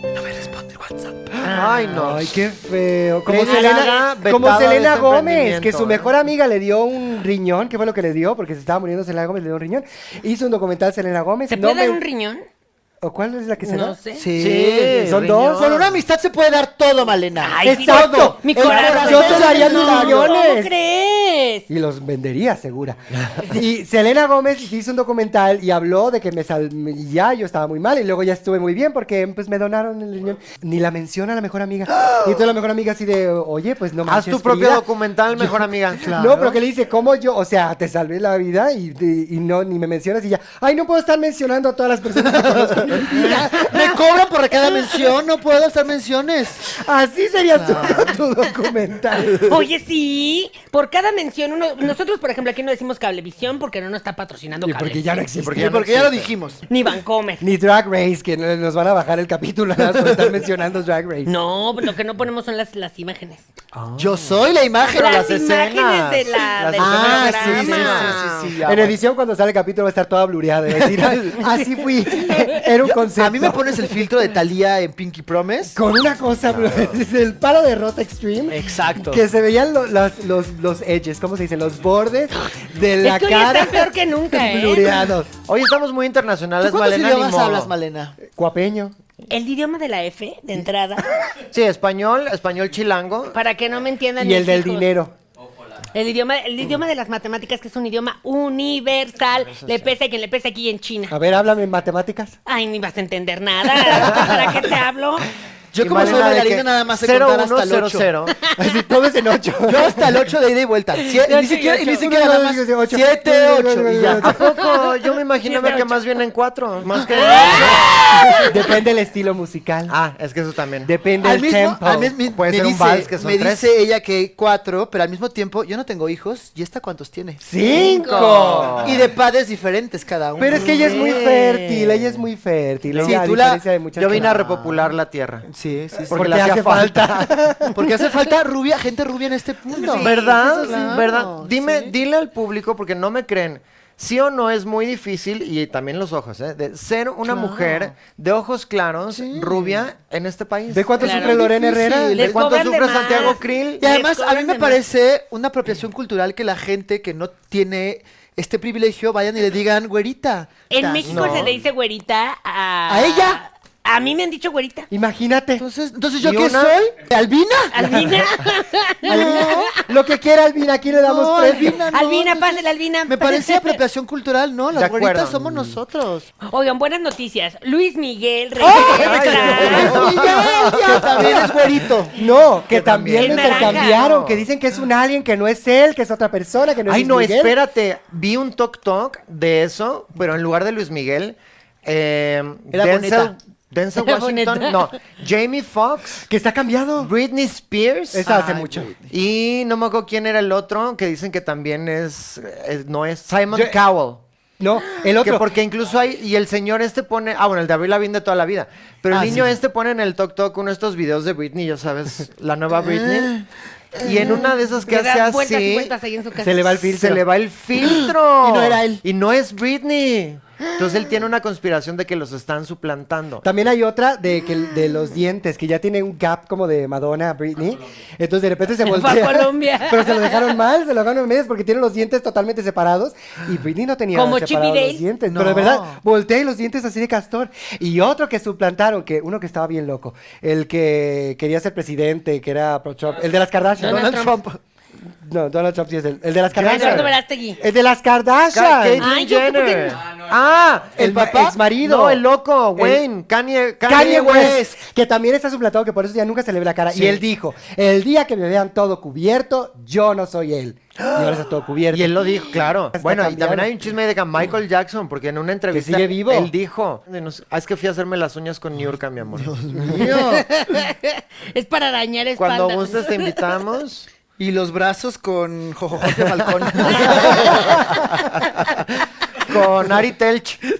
Speaker 2: No me responde el WhatsApp.
Speaker 4: Ay, no.
Speaker 3: Ay, qué feo. Como
Speaker 4: Lady
Speaker 3: Selena,
Speaker 4: Gaga
Speaker 3: como
Speaker 4: vetada de
Speaker 3: Selena
Speaker 4: este
Speaker 3: Gómez,
Speaker 4: emprendimiento,
Speaker 3: que su
Speaker 4: ¿eh?
Speaker 3: mejor amiga le dio un riñón. ¿Qué fue lo que le dio? Porque se estaba muriendo Selena Gómez, le dio un riñón. Hizo un documental Selena Gómez.
Speaker 1: ¿Se
Speaker 3: no
Speaker 1: puede dar
Speaker 3: me-
Speaker 1: un riñón?
Speaker 3: ¿O cuál es la que se da?
Speaker 1: No sé.
Speaker 4: Sí,
Speaker 3: son
Speaker 4: riñón.
Speaker 3: dos.
Speaker 2: Con una amistad se puede dar todo, Malena.
Speaker 1: Ay, sí,
Speaker 3: Exacto.
Speaker 1: no, Mi
Speaker 3: El corazón
Speaker 1: corazón.
Speaker 3: te daría tus
Speaker 1: No, ¿Cómo
Speaker 3: millones.
Speaker 1: crees?
Speaker 3: Y los vendería, segura. Y Selena Gómez hizo un documental y habló de que me sal... y ya yo estaba muy mal y luego ya estuve muy bien porque pues me donaron el riñón. Ni la menciona la mejor amiga. Y entonces la mejor amiga así de, oye, pues no
Speaker 4: Haz
Speaker 3: manches,
Speaker 4: tu propio
Speaker 3: Frida".
Speaker 4: documental, mejor amiga.
Speaker 3: No, pero que le dice, ¿cómo yo? O sea, te salvé la vida y, de- y no, ni me mencionas y ya. Ay, no puedo estar mencionando a todas las personas que conozco en mi vida".
Speaker 2: Me cobran por cada mención, no puedo hacer menciones.
Speaker 3: Así sería tu, tu documental.
Speaker 1: Oye, sí. Por cada mención, uno, nosotros, por ejemplo, aquí no decimos cablevisión porque no nos está patrocinando
Speaker 3: Y
Speaker 1: cable.
Speaker 3: porque ya no existe.
Speaker 2: Porque, porque ya lo dijimos.
Speaker 1: Ni Vancomer.
Speaker 3: Ni Drag Race, que no- nos van a bajar el capítulo nada más por estar mencionando Drag Race.
Speaker 1: No, lo que no ponemos son las, las imágenes.
Speaker 2: Yo soy la imagen.
Speaker 1: Las
Speaker 2: las escenas.
Speaker 1: imágenes de la,
Speaker 4: Las
Speaker 1: del
Speaker 2: Ah, sí, sí,
Speaker 1: programa.
Speaker 2: sí, sí, sí, ya,
Speaker 3: En
Speaker 2: bueno.
Speaker 3: edición, cuando sale el capítulo, va a estar toda blureada. y va a decir, "Ay, así fui. Era un
Speaker 2: Yo-
Speaker 3: concepto.
Speaker 2: a mí me pones el filtro de Thalía en Pinky Promise.
Speaker 3: Con una cosa, es el paro de Rosa Extreme.
Speaker 2: Exacto.
Speaker 3: Que se veían lo- las- los, los edges, ¿cómo se dicen? Los bordes de la
Speaker 1: es que hoy
Speaker 3: cara.
Speaker 1: está peor que nunca, ¿eh?
Speaker 3: Blureados.
Speaker 4: Hoy estamos muy internacionales,
Speaker 2: ¿Cuántos
Speaker 4: Malena. ni
Speaker 2: idiomas
Speaker 4: modo.
Speaker 2: hablas, Malena?
Speaker 3: Cuapeño.
Speaker 1: El idioma de la F, de entrada,
Speaker 4: Sí, español, español chilango.
Speaker 1: para que no me entiendan
Speaker 3: Y
Speaker 1: mis
Speaker 3: el del
Speaker 1: hijos.
Speaker 3: dinero.
Speaker 1: El idioma, el idioma de las matemáticas, que es un idioma universal. Le pesa a quien le pesa aquí en China.
Speaker 3: A ver, háblame en matemáticas.
Speaker 1: Ay, ni vas a entender nada. ¿Para qué te hablo?
Speaker 2: Yo
Speaker 4: Y
Speaker 2: como soy
Speaker 4: Malena de
Speaker 2: bailarina
Speaker 4: que
Speaker 2: nada más sé
Speaker 4: cero,
Speaker 2: contar
Speaker 4: uno,
Speaker 2: hasta el
Speaker 4: cero,
Speaker 2: ocho.
Speaker 4: cero.
Speaker 3: Así, todo es en ocho.
Speaker 2: Yo hasta el 8 de ida y vuelta. Sie-
Speaker 1: De ocho
Speaker 2: ni
Speaker 1: y
Speaker 2: siquiera, y ni
Speaker 1: ocho.
Speaker 2: siquiera
Speaker 3: Uno,
Speaker 2: nada más.
Speaker 3: dos, tres, ocho.
Speaker 2: 7, 8 y ya.
Speaker 4: ¿A poco? Yo me imaginaba que más bien en cuatro. Más que...
Speaker 3: Depende del estilo musical.
Speaker 4: Ah, es que eso también.
Speaker 3: Depende
Speaker 2: Al
Speaker 3: del
Speaker 2: mismo,
Speaker 3: tempo.
Speaker 2: al mismo- me
Speaker 4: Puede ser un
Speaker 2: dice,
Speaker 4: vals que son
Speaker 2: me
Speaker 4: tres.
Speaker 2: dice ella que cuatro, pero al mismo tiempo yo no tengo hijos. ¿Y esta cuántos tiene?
Speaker 3: ¡Cinco!
Speaker 2: Y de padres diferentes cada uno.
Speaker 3: Pero es que ella es muy
Speaker 2: Sí.
Speaker 3: fértil, ella es muy fértil.
Speaker 2: Sí,
Speaker 3: ella, a
Speaker 2: tú la-
Speaker 3: diferencia de muchas
Speaker 4: Yo vine a
Speaker 3: cosas.
Speaker 4: repopular la tierra.
Speaker 2: Sí, sí, sí.
Speaker 4: Porque
Speaker 3: Porque
Speaker 4: le hacía
Speaker 3: hace falta.
Speaker 2: Porque hace falta rubia, gente rubia en este punto.
Speaker 1: Sí,
Speaker 4: ¿Verdad?
Speaker 2: Eso sí.
Speaker 4: ¿Verdad? Dime,
Speaker 2: Sí.
Speaker 4: dile al público porque no me creen. Sí o no es muy difícil y también los ojos, ¿eh? De ser una mujer de ojos claros, rubia en este país.
Speaker 3: ¿De cuánto
Speaker 1: Claro.
Speaker 3: sufre Lorena
Speaker 2: Difícil.
Speaker 3: Herrera?
Speaker 2: ¿De
Speaker 1: Les
Speaker 4: cuánto
Speaker 1: cobran
Speaker 4: sufre
Speaker 1: más.
Speaker 4: Santiago Krill?
Speaker 2: Y además,
Speaker 1: Les
Speaker 2: a mí me
Speaker 1: cobran de más.
Speaker 2: parece una apropiación cultural que la gente que no tiene este privilegio vayan y le digan güerita.
Speaker 1: En
Speaker 2: Tas.
Speaker 1: México se le dice güerita a.
Speaker 2: ¿A ella?
Speaker 1: A mí me han dicho güerita.
Speaker 3: Imagínate.
Speaker 2: Entonces, entonces ¿yo
Speaker 4: ¿Y
Speaker 2: qué
Speaker 4: una?
Speaker 2: soy? ¿Albina?
Speaker 1: Albina.
Speaker 3: Albina, lo que quiera Albina, aquí le damos
Speaker 2: No,
Speaker 3: tres.
Speaker 2: Albina, no,
Speaker 1: Albina,
Speaker 2: entonces,
Speaker 1: pásale, Albina.
Speaker 2: Me parece apropiación cultural, ¿no?
Speaker 4: De
Speaker 2: Las
Speaker 4: acuerdo. Mm.
Speaker 2: güeritas somos nosotros.
Speaker 1: Oigan, buenas noticias. Luis Miguel regresa.
Speaker 2: Miguel, ya también es güerito.
Speaker 3: No, que
Speaker 4: Que también.
Speaker 3: también lo
Speaker 1: El naranja.
Speaker 3: intercambiaron, que dicen que es un alguien, que no es él, que es otra persona, que no es
Speaker 4: Ay,
Speaker 3: Luis
Speaker 4: no,
Speaker 3: Miguel.
Speaker 4: espérate. Vi un Tok Tok de eso, pero en lugar de Luis Miguel, eh,
Speaker 2: Era
Speaker 4: Denzel,
Speaker 2: Boneta.
Speaker 4: Denzel
Speaker 1: Era
Speaker 4: Washington,
Speaker 1: Boneta.
Speaker 4: no, Jamie Foxx,
Speaker 3: Que está cambiado.
Speaker 4: Britney Spears.
Speaker 3: Esa hace
Speaker 2: Ay,
Speaker 3: mucho.
Speaker 4: Y no me acuerdo quién era el otro, que dicen que también es, eh, no es, Simon
Speaker 3: Yo-
Speaker 4: Cowell.
Speaker 3: No, el
Speaker 4: Que
Speaker 3: otro.
Speaker 4: porque incluso hay, y el señor este pone, ah, bueno, el de Avril Lavigne de toda la vida, pero el
Speaker 2: Ah,
Speaker 4: niño
Speaker 2: sí.
Speaker 4: este pone en el Tok Tok uno de estos videos de Britney, ya sabes, la nueva Britney, y en una de esas que
Speaker 1: Le
Speaker 4: hace
Speaker 1: da vueltas y
Speaker 4: así,
Speaker 1: vueltas ahí en su casa.
Speaker 3: Se le va el
Speaker 4: se
Speaker 3: filtro.
Speaker 4: le va el filtro.
Speaker 2: Y no era él.
Speaker 4: Y no es Britney. Entonces él tiene una conspiración de que los están suplantando.
Speaker 3: También hay otra de, que, de los dientes, que ya tiene un gap como de Madonna, Britney. Entonces de repente se
Speaker 1: Va a
Speaker 3: voltea.
Speaker 1: Colombia.
Speaker 3: Pero se lo dejaron mal, se lo dejaron en medias porque tiene los dientes totalmente separados. Y Britney no tenía
Speaker 1: Como
Speaker 3: separados
Speaker 1: Chippy Dale.
Speaker 3: los dientes.
Speaker 2: No.
Speaker 3: Pero de verdad, voltea y los dientes así de castor. Y otro que suplantaron, que uno que estaba bien loco, el que quería ser presidente, que era pro Trump, el de las Kardashian.
Speaker 1: Donald Donald Trump.
Speaker 3: No, Donald Trump sí es el, el de las
Speaker 1: Eduardo
Speaker 3: Kardashian.
Speaker 1: Verástegui.
Speaker 4: Eh.
Speaker 3: El de las
Speaker 4: Ka-
Speaker 3: Kardashian.
Speaker 4: Caitlyn
Speaker 1: Ay, yo supe que-
Speaker 4: Jenner.
Speaker 5: Ah, no,
Speaker 4: Ah,
Speaker 3: el
Speaker 4: ma-
Speaker 3: papá.
Speaker 4: exmarido. No, el loco, Wayne. Kanye,
Speaker 3: Kanye West, que también está suplantado, que por eso ya nunca se le ve la cara.
Speaker 4: Sí.
Speaker 3: Y él dijo, el día que me vean todo cubierto, yo no soy él. Y ahora está todo cubierto.
Speaker 4: Y él lo dijo, claro.
Speaker 3: Está
Speaker 4: bueno, y también
Speaker 3: cambiado.
Speaker 4: hay un chisme de que Michael Jackson, porque en una entrevista.
Speaker 3: sigue vivo.
Speaker 4: Él dijo. de no sé- ah, es que fui a hacerme las uñas con Niurka, mi amor.
Speaker 1: Es para arañar espalda.
Speaker 4: Cuando gustes, te invitamos.
Speaker 2: Y los brazos con Jojojote Falcón.
Speaker 4: Con Ari Telch.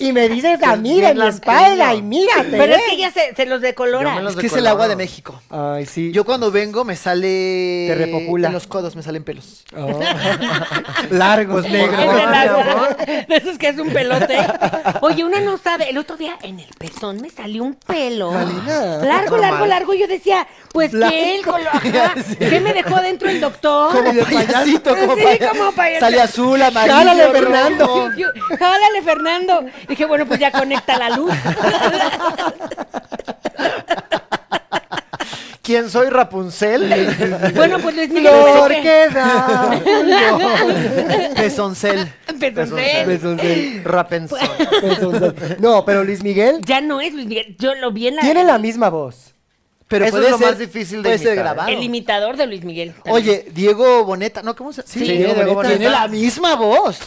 Speaker 3: Y me dices, ah, mira en
Speaker 4: bien
Speaker 3: mi espalda
Speaker 4: lampiño.
Speaker 3: y mírate.
Speaker 1: Pero es
Speaker 3: ¿eh?"
Speaker 1: que ya se, se los decolora.
Speaker 4: Yo me los-
Speaker 2: es que es el agua de México.
Speaker 3: Ay, sí.
Speaker 2: Yo cuando vengo me sale...
Speaker 3: Te repopula.
Speaker 2: En los codos me salen pelos.
Speaker 3: Oh. Largos,
Speaker 1: Es
Speaker 3: negros.
Speaker 1: el
Speaker 4: Ay,
Speaker 1: agua.
Speaker 4: amor.
Speaker 1: De esos que es un pelote. Oye, uno no sabe. El otro día en el pezón me salió un pelo.
Speaker 3: Malena.
Speaker 1: Largo,
Speaker 4: Normal.
Speaker 1: largo, largo. Yo decía, pues que el color. Ajá, ¿Qué me dejó dentro el doctor?
Speaker 2: Como payasito, como
Speaker 1: Sí,
Speaker 2: paya-
Speaker 1: como payaso.
Speaker 2: Sale azul, amarillo,
Speaker 3: Jálale,
Speaker 2: rojo.
Speaker 3: Fernando.
Speaker 1: Yo- yo- Jálale, Fernando. Dije, bueno, pues ya conecta la luz.
Speaker 4: ¿Quién soy Rapunzel?
Speaker 1: Bueno, pues Luis Miguel.
Speaker 3: Flor
Speaker 1: ¿qué?
Speaker 3: que da.
Speaker 2: Pezoncel.
Speaker 1: Pezoncel.
Speaker 3: Pezoncel,
Speaker 4: Rapenzón.
Speaker 3: pezoncel. No, pero Luis Miguel
Speaker 1: Ya no es Luis Miguel. Yo lo vi en la.
Speaker 3: tiene la misma voz.
Speaker 2: Pero
Speaker 4: Eso
Speaker 2: puede
Speaker 4: es lo
Speaker 2: ser-
Speaker 4: más difícil de
Speaker 2: Puede ser
Speaker 4: imitar, ¿eh?
Speaker 2: grabado.
Speaker 1: El imitador de Luis Miguel. también.
Speaker 2: Oye, Diego Boneta, ¿no? ¿Cómo se
Speaker 3: Sí, Diego
Speaker 2: Diego
Speaker 3: Boneta.
Speaker 2: Tiene la misma voz.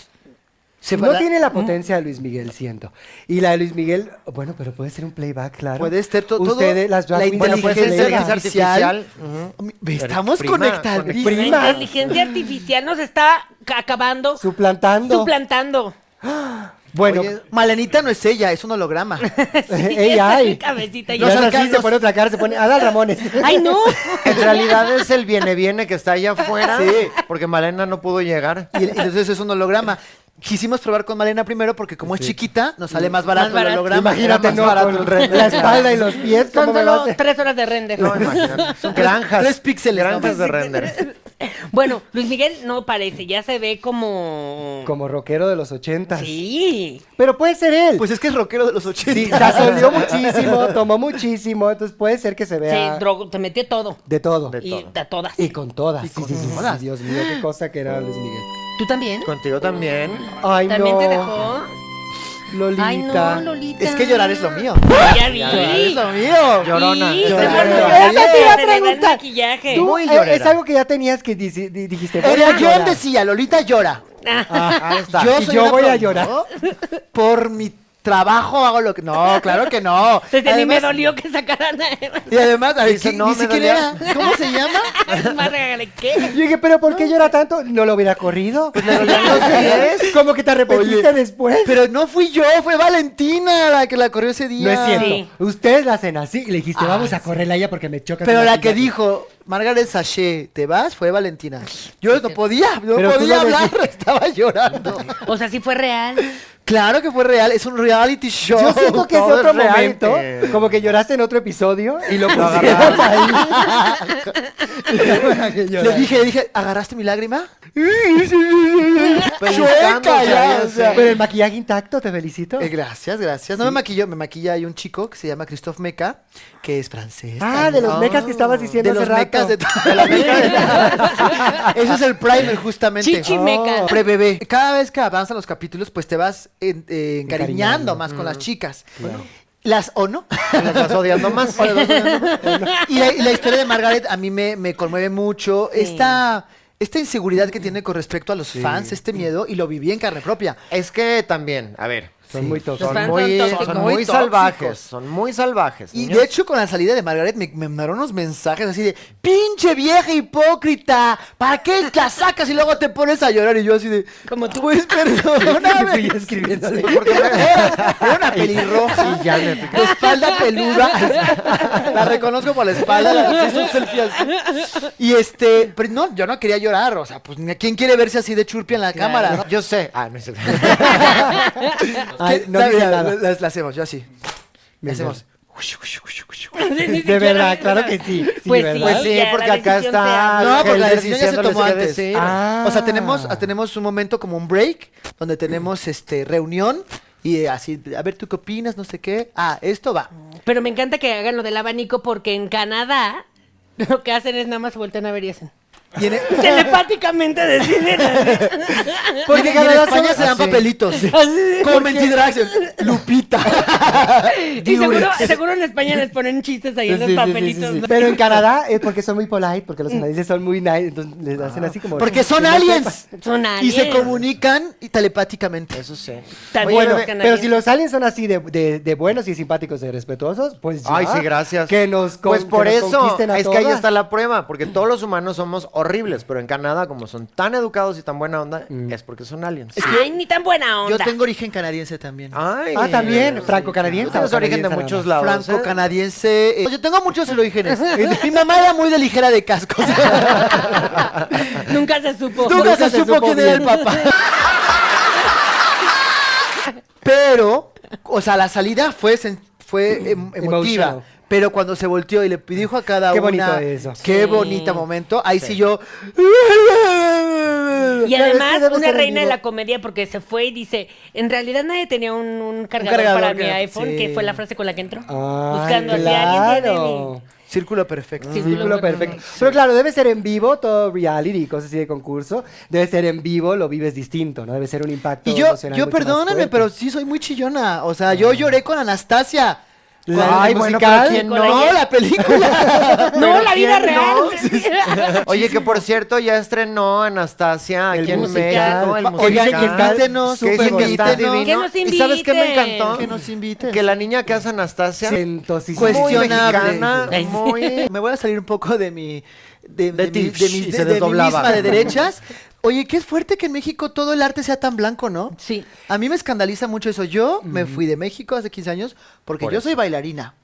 Speaker 2: Se
Speaker 3: no
Speaker 2: para- Mm.
Speaker 3: tiene la potencia de Luis Miguel, siento. Y la de Luis Miguel, bueno, pero puede ser un playback, claro.
Speaker 2: Puede ser to- todo.
Speaker 3: Ustedes, las drag
Speaker 2: la
Speaker 3: queens
Speaker 4: Bueno, puede ser
Speaker 3: eligen
Speaker 2: inteligencia
Speaker 3: leer.
Speaker 4: inteligencia
Speaker 2: artificial.
Speaker 4: artificial.
Speaker 2: Me-
Speaker 4: Pero
Speaker 2: Estamos
Speaker 4: prima,
Speaker 2: conectadísimos.
Speaker 1: La
Speaker 3: prima.
Speaker 1: inteligencia artificial nos está ca- acabando,
Speaker 3: Suplantando.
Speaker 1: suplantando.
Speaker 3: bueno,
Speaker 2: Oye, Malenita no es ella, es un holograma.
Speaker 3: ella
Speaker 1: está
Speaker 3: ay.
Speaker 1: mi cabecita
Speaker 3: No
Speaker 1: ya.
Speaker 3: es
Speaker 2: Los
Speaker 3: así,
Speaker 2: alcanzos.
Speaker 3: se pone otra cara, se pone Adal Ramones.
Speaker 1: Ay, no.
Speaker 4: En realidad es el viene-viene que está allá afuera. Porque Malena no pudo llegar.
Speaker 2: y, y entonces es un holograma. Quisimos probar con Malena primero porque como es chiquita, nos sale más barato, el
Speaker 1: barato.
Speaker 2: holograma.
Speaker 3: Imagínate,
Speaker 2: Era más
Speaker 3: no,
Speaker 2: barato
Speaker 3: con
Speaker 2: el render.
Speaker 3: la espalda y los pies,
Speaker 1: Son
Speaker 3: ¿cómo me lo
Speaker 1: solo
Speaker 3: hace?
Speaker 1: tres horas de render.
Speaker 4: No, imagínate. Son granjas.
Speaker 2: Tres píxeles.
Speaker 4: Granjas
Speaker 2: ¿no?
Speaker 4: de render.
Speaker 1: Bueno, Luis Miguel no parece, ya se ve como.
Speaker 3: Como rockero de los ochentas.
Speaker 1: Sí.
Speaker 3: Pero puede ser él.
Speaker 2: Pues es que es rockero de los 80.
Speaker 3: sí, sazoneó muchísimo, tomó muchísimo, entonces puede ser que se
Speaker 1: Se
Speaker 3: vea
Speaker 1: drogó, te metió todo.
Speaker 3: de todo.
Speaker 4: De-
Speaker 1: y
Speaker 4: todo.
Speaker 1: a todas.
Speaker 3: Y con todas. sí,
Speaker 2: con
Speaker 3: sí, sí, sí,
Speaker 2: todas.
Speaker 3: Dios mío, qué cosa que era Luis Miguel.
Speaker 1: ¿Tú también?
Speaker 4: Contigo también.
Speaker 3: Ay,
Speaker 1: ¿También
Speaker 3: no.
Speaker 1: te dejó?
Speaker 3: Lolita.
Speaker 1: Ay, no, Lolita.
Speaker 2: Es que llorar es lo mío.
Speaker 1: Ya vi.
Speaker 2: Llorar es lo mío. llorando.
Speaker 4: Llorona.
Speaker 1: Sí,
Speaker 2: Llorona.
Speaker 1: seguro.
Speaker 3: Eso te iba
Speaker 1: Se le va
Speaker 3: a
Speaker 1: el
Speaker 3: preguntar.
Speaker 1: maquillaje.
Speaker 3: Tú,
Speaker 4: Muy
Speaker 3: eh,
Speaker 4: llorera.
Speaker 3: es algo que ya tenías que dici- di- dijiste. voy
Speaker 2: El
Speaker 3: a
Speaker 2: guión
Speaker 3: llorar.
Speaker 2: decía, Lolita llora.
Speaker 1: Ah,
Speaker 4: Ahí está.
Speaker 2: Yo
Speaker 3: Y
Speaker 2: soy
Speaker 3: yo
Speaker 2: una
Speaker 3: voy a
Speaker 2: promo-
Speaker 3: llorar.
Speaker 2: Por mi trabajo hago lo que... No, claro que no.
Speaker 1: Desde ni me
Speaker 2: Además-
Speaker 1: dolió que sacaran a Eva.
Speaker 2: Y además, a ver,
Speaker 4: Dice,
Speaker 2: ¿qué-
Speaker 4: no,
Speaker 2: ni
Speaker 4: me
Speaker 2: siquiera era- ¿Cómo se llama?
Speaker 1: Es más, regale, ¿qué?
Speaker 3: Yo dije, ¿pero por qué llora tanto? No lo hubiera corrido.
Speaker 4: le dolían los pies.
Speaker 3: Como que te arrepentiste
Speaker 2: Oye,
Speaker 3: después.
Speaker 2: Pero no fui yo, fue Valentina la que la corrió ese día.
Speaker 3: No es cierto.
Speaker 1: Sí.
Speaker 3: Ustedes la hacen así y le dijiste, vamos a correrla a ella porque me choca.
Speaker 2: Pero
Speaker 3: tu
Speaker 2: la que
Speaker 3: maquillaje".
Speaker 2: dijo, Margaret Sachet, ¿te vas? Fue Valentina. Yo no podía, no
Speaker 3: Pero tú
Speaker 2: podía
Speaker 3: lo
Speaker 2: hablar,
Speaker 3: decías.
Speaker 2: estaba llorando.
Speaker 1: O sea, sí fue real.
Speaker 2: Claro que fue real, es un reality show.
Speaker 3: Yo siento que es
Speaker 4: todo
Speaker 3: otro
Speaker 4: es reality.
Speaker 3: momento, como que lloraste en otro episodio y lo
Speaker 4: Lo
Speaker 3: pusieron ahí.
Speaker 2: Le dije, le dije, ¿agarraste mi lágrima?
Speaker 4: Pellizcándose,
Speaker 2: ya,
Speaker 4: Pues, ahí,
Speaker 2: o sea.
Speaker 3: Pero el maquillaje intacto, te felicito.
Speaker 2: Eh, gracias, gracias. No me maquilló, me maquilla hay un chico que se llama Christophe Meca, que es francés.
Speaker 3: Ah, de los mecas que estabas diciendo
Speaker 2: de los
Speaker 3: hace rato.
Speaker 2: mecas de, de la meca de- Ese es el primer justamente. Oh.
Speaker 1: Chichimeca.
Speaker 2: Pre-bebé. Cada vez que avanzan los capítulos, pues te vas en- eh,
Speaker 3: Encariñando.
Speaker 2: encariñando más con las chicas. Las o no.
Speaker 4: Las vas odiando más.
Speaker 2: O las dos, o no. y, la, y la historia de Margaret a mí me, me conmueve mucho. Esta, esta inseguridad que tiene con respecto a los fans, este miedo, y lo viví en carne propia.
Speaker 4: Es que también, a ver,
Speaker 3: Son muy tos.
Speaker 1: fans son
Speaker 4: son muy,
Speaker 1: tóxicos.
Speaker 4: son muy
Speaker 2: Muy
Speaker 4: salvajes,
Speaker 2: tóxicos.
Speaker 4: son muy salvajes.
Speaker 2: Y
Speaker 4: niños.
Speaker 2: de hecho, con la salida de Margaret, me, me mandaron unos mensajes así de: ¡Pinche vieja hipócrita! ¿Para qué la sacas y luego te pones a llorar? Y yo, así de:
Speaker 1: Como tú.
Speaker 2: Pues perdóname.
Speaker 3: Y escribiendo.
Speaker 2: Era, era una pelirroja de espalda peluda. La reconozco por la espalda. la- se hizo un selfie así. Y este, pero no, yo no quería llorar. O sea, pues ¿quién quiere verse así de churpia en la cámara? no?
Speaker 4: Yo sé. Ah, no es cierto.
Speaker 3: Ay,
Speaker 2: ¿Qué-
Speaker 3: no
Speaker 2: sabes?
Speaker 3: dice nada.
Speaker 2: La- la- la hacemos, yo así. La
Speaker 3: Mira.
Speaker 2: hacemos.
Speaker 3: De verdad, claro que sí. sí,
Speaker 1: Pues
Speaker 3: ¿verdad? pues
Speaker 4: Pues sí,
Speaker 1: Ya, la
Speaker 4: porque acá
Speaker 1: decisión se
Speaker 4: está.
Speaker 1: hace.
Speaker 2: No, porque
Speaker 4: Helder
Speaker 2: la decisión ya se
Speaker 4: diciéndoles
Speaker 2: tomó
Speaker 4: qué
Speaker 2: antes.
Speaker 4: decir.
Speaker 3: Ah.
Speaker 2: O sea, tenemos, tenemos un momento como un break donde tenemos este reunión y eh, así, a ver, ¿tú qué opinas? No sé qué. Ah, esto va.
Speaker 1: Pero me encanta que hagan lo del abanico porque en Canadá lo que hacen es nada más voltean a ver y hacen.
Speaker 2: Y en-
Speaker 1: Telepáticamente deciden.
Speaker 2: Porque
Speaker 3: Porque
Speaker 2: en
Speaker 3: cada
Speaker 2: España
Speaker 3: son-
Speaker 2: se dan
Speaker 3: ah, sí.
Speaker 2: papelitos. Como Mentidraction. Lupita.
Speaker 1: Y seguro, seguro en España les ponen chistes ahí en los
Speaker 3: Sí, sí, sí,
Speaker 1: papelitos.
Speaker 3: sí, sí.
Speaker 1: ¿no?
Speaker 3: Pero en Canadá es porque son muy polite, porque los canadienses son muy nice, entonces les
Speaker 1: Ah.
Speaker 3: hacen así como...
Speaker 2: Porque son
Speaker 3: que no
Speaker 2: aliens.
Speaker 1: Son
Speaker 2: Y se
Speaker 1: aliens.
Speaker 2: comunican y telepáticamente.
Speaker 4: Eso sí.
Speaker 1: También
Speaker 3: Bueno,
Speaker 1: los
Speaker 3: pero
Speaker 1: canadienses.
Speaker 3: si los aliens son así de, de- de buenos y simpáticos y respetuosos, pues ya.
Speaker 4: Ay, sí, gracias.
Speaker 3: Que nos con-
Speaker 4: Pues por
Speaker 3: que nos
Speaker 4: eso
Speaker 3: conquisten a
Speaker 4: es que ahí
Speaker 3: todas.
Speaker 4: está la prueba, porque todos los humanos somos horribles, pero en Canadá, como son tan educados y tan buena onda, es porque son aliens.
Speaker 1: Ay, ni tan buena onda.
Speaker 2: Yo tengo origen canadiense también.
Speaker 4: Ay.
Speaker 3: Ah, también, franco-canadiense.
Speaker 4: Tienes
Speaker 3: o
Speaker 4: origen de
Speaker 3: canadiense
Speaker 4: muchos
Speaker 3: nada
Speaker 4: lados.
Speaker 2: Franco,
Speaker 4: ¿eh?
Speaker 2: canadiense. eh, Yo tengo muchos orígenes. Mi mamá era muy de ligera de cascos.
Speaker 1: Nunca se supo.
Speaker 2: Nunca se supo quién era el papá. Pero, o sea, la salida fue, sen- fue em- emotiva.
Speaker 3: Emotional.
Speaker 2: Pero cuando se volteó y le dijo a cada
Speaker 3: Qué bonito
Speaker 2: una...
Speaker 3: eso.
Speaker 2: Qué
Speaker 1: Sí.
Speaker 2: bonito momento. Ahí sí, yo...
Speaker 1: Y
Speaker 3: Claro, es que
Speaker 1: además,
Speaker 3: debe
Speaker 1: una
Speaker 3: ser en
Speaker 1: reina de
Speaker 3: vivo.
Speaker 1: la comedia porque se fue y dice, en realidad nadie tenía un, un cargador,
Speaker 2: cargador
Speaker 1: para mi
Speaker 2: que-
Speaker 1: iPhone,
Speaker 2: sí.
Speaker 1: que fue la frase con la que entró.
Speaker 3: Ay,
Speaker 1: buscando así, alguien tiene mi-
Speaker 3: claro.
Speaker 2: Círculo perfecto.
Speaker 1: Sí.
Speaker 3: Círculo perfecto. Pero claro, debe ser en vivo todo reality, cosas así de concurso. Debe ser en vivo, lo vives distinto, ¿no? Debe ser un impacto.
Speaker 2: Y yo,
Speaker 3: emocional
Speaker 2: yo
Speaker 3: mucho más
Speaker 2: perdóname,
Speaker 3: fuerte.
Speaker 2: pero sí soy muy chillona. O sea, yo lloré con Anastasia. La
Speaker 3: Ay,
Speaker 2: del
Speaker 3: bueno,
Speaker 2: musical.
Speaker 3: pero ¿quién
Speaker 1: no?
Speaker 2: no, la película.
Speaker 1: No, la vida
Speaker 4: ¿quién
Speaker 1: real.
Speaker 4: no? Oye, que por cierto, ya estrenó Anastasia
Speaker 3: El
Speaker 4: aquí en
Speaker 3: musical.
Speaker 4: México. El musical.
Speaker 2: Oigan, que
Speaker 3: invítenos,
Speaker 4: Que dicen que está
Speaker 2: invítenos.
Speaker 4: divino.
Speaker 1: Que nos
Speaker 4: ¿Y sabes qué me
Speaker 1: inviten.
Speaker 4: encantó?
Speaker 2: que nos inviten.
Speaker 4: Que la niña que hace Anastasia...
Speaker 3: Sentosísimo.
Speaker 4: Muy
Speaker 2: Cuestionable.
Speaker 4: mexicana,
Speaker 1: Sí.
Speaker 4: muy...
Speaker 2: Eh, Me voy a salir un poco de mi. De, de,
Speaker 4: De ti,
Speaker 2: mi- de mis-
Speaker 4: y
Speaker 2: de-
Speaker 4: se
Speaker 2: de mi
Speaker 4: desdoblaba.
Speaker 2: misma de derechas. Oye, qué fuerte que en México todo el arte sea tan blanco, ¿no?
Speaker 1: Sí.
Speaker 2: A mí me escandaliza mucho eso. Yo me fui de México hace 15 años porque
Speaker 4: Por
Speaker 2: yo
Speaker 4: eso.
Speaker 2: soy bailarina.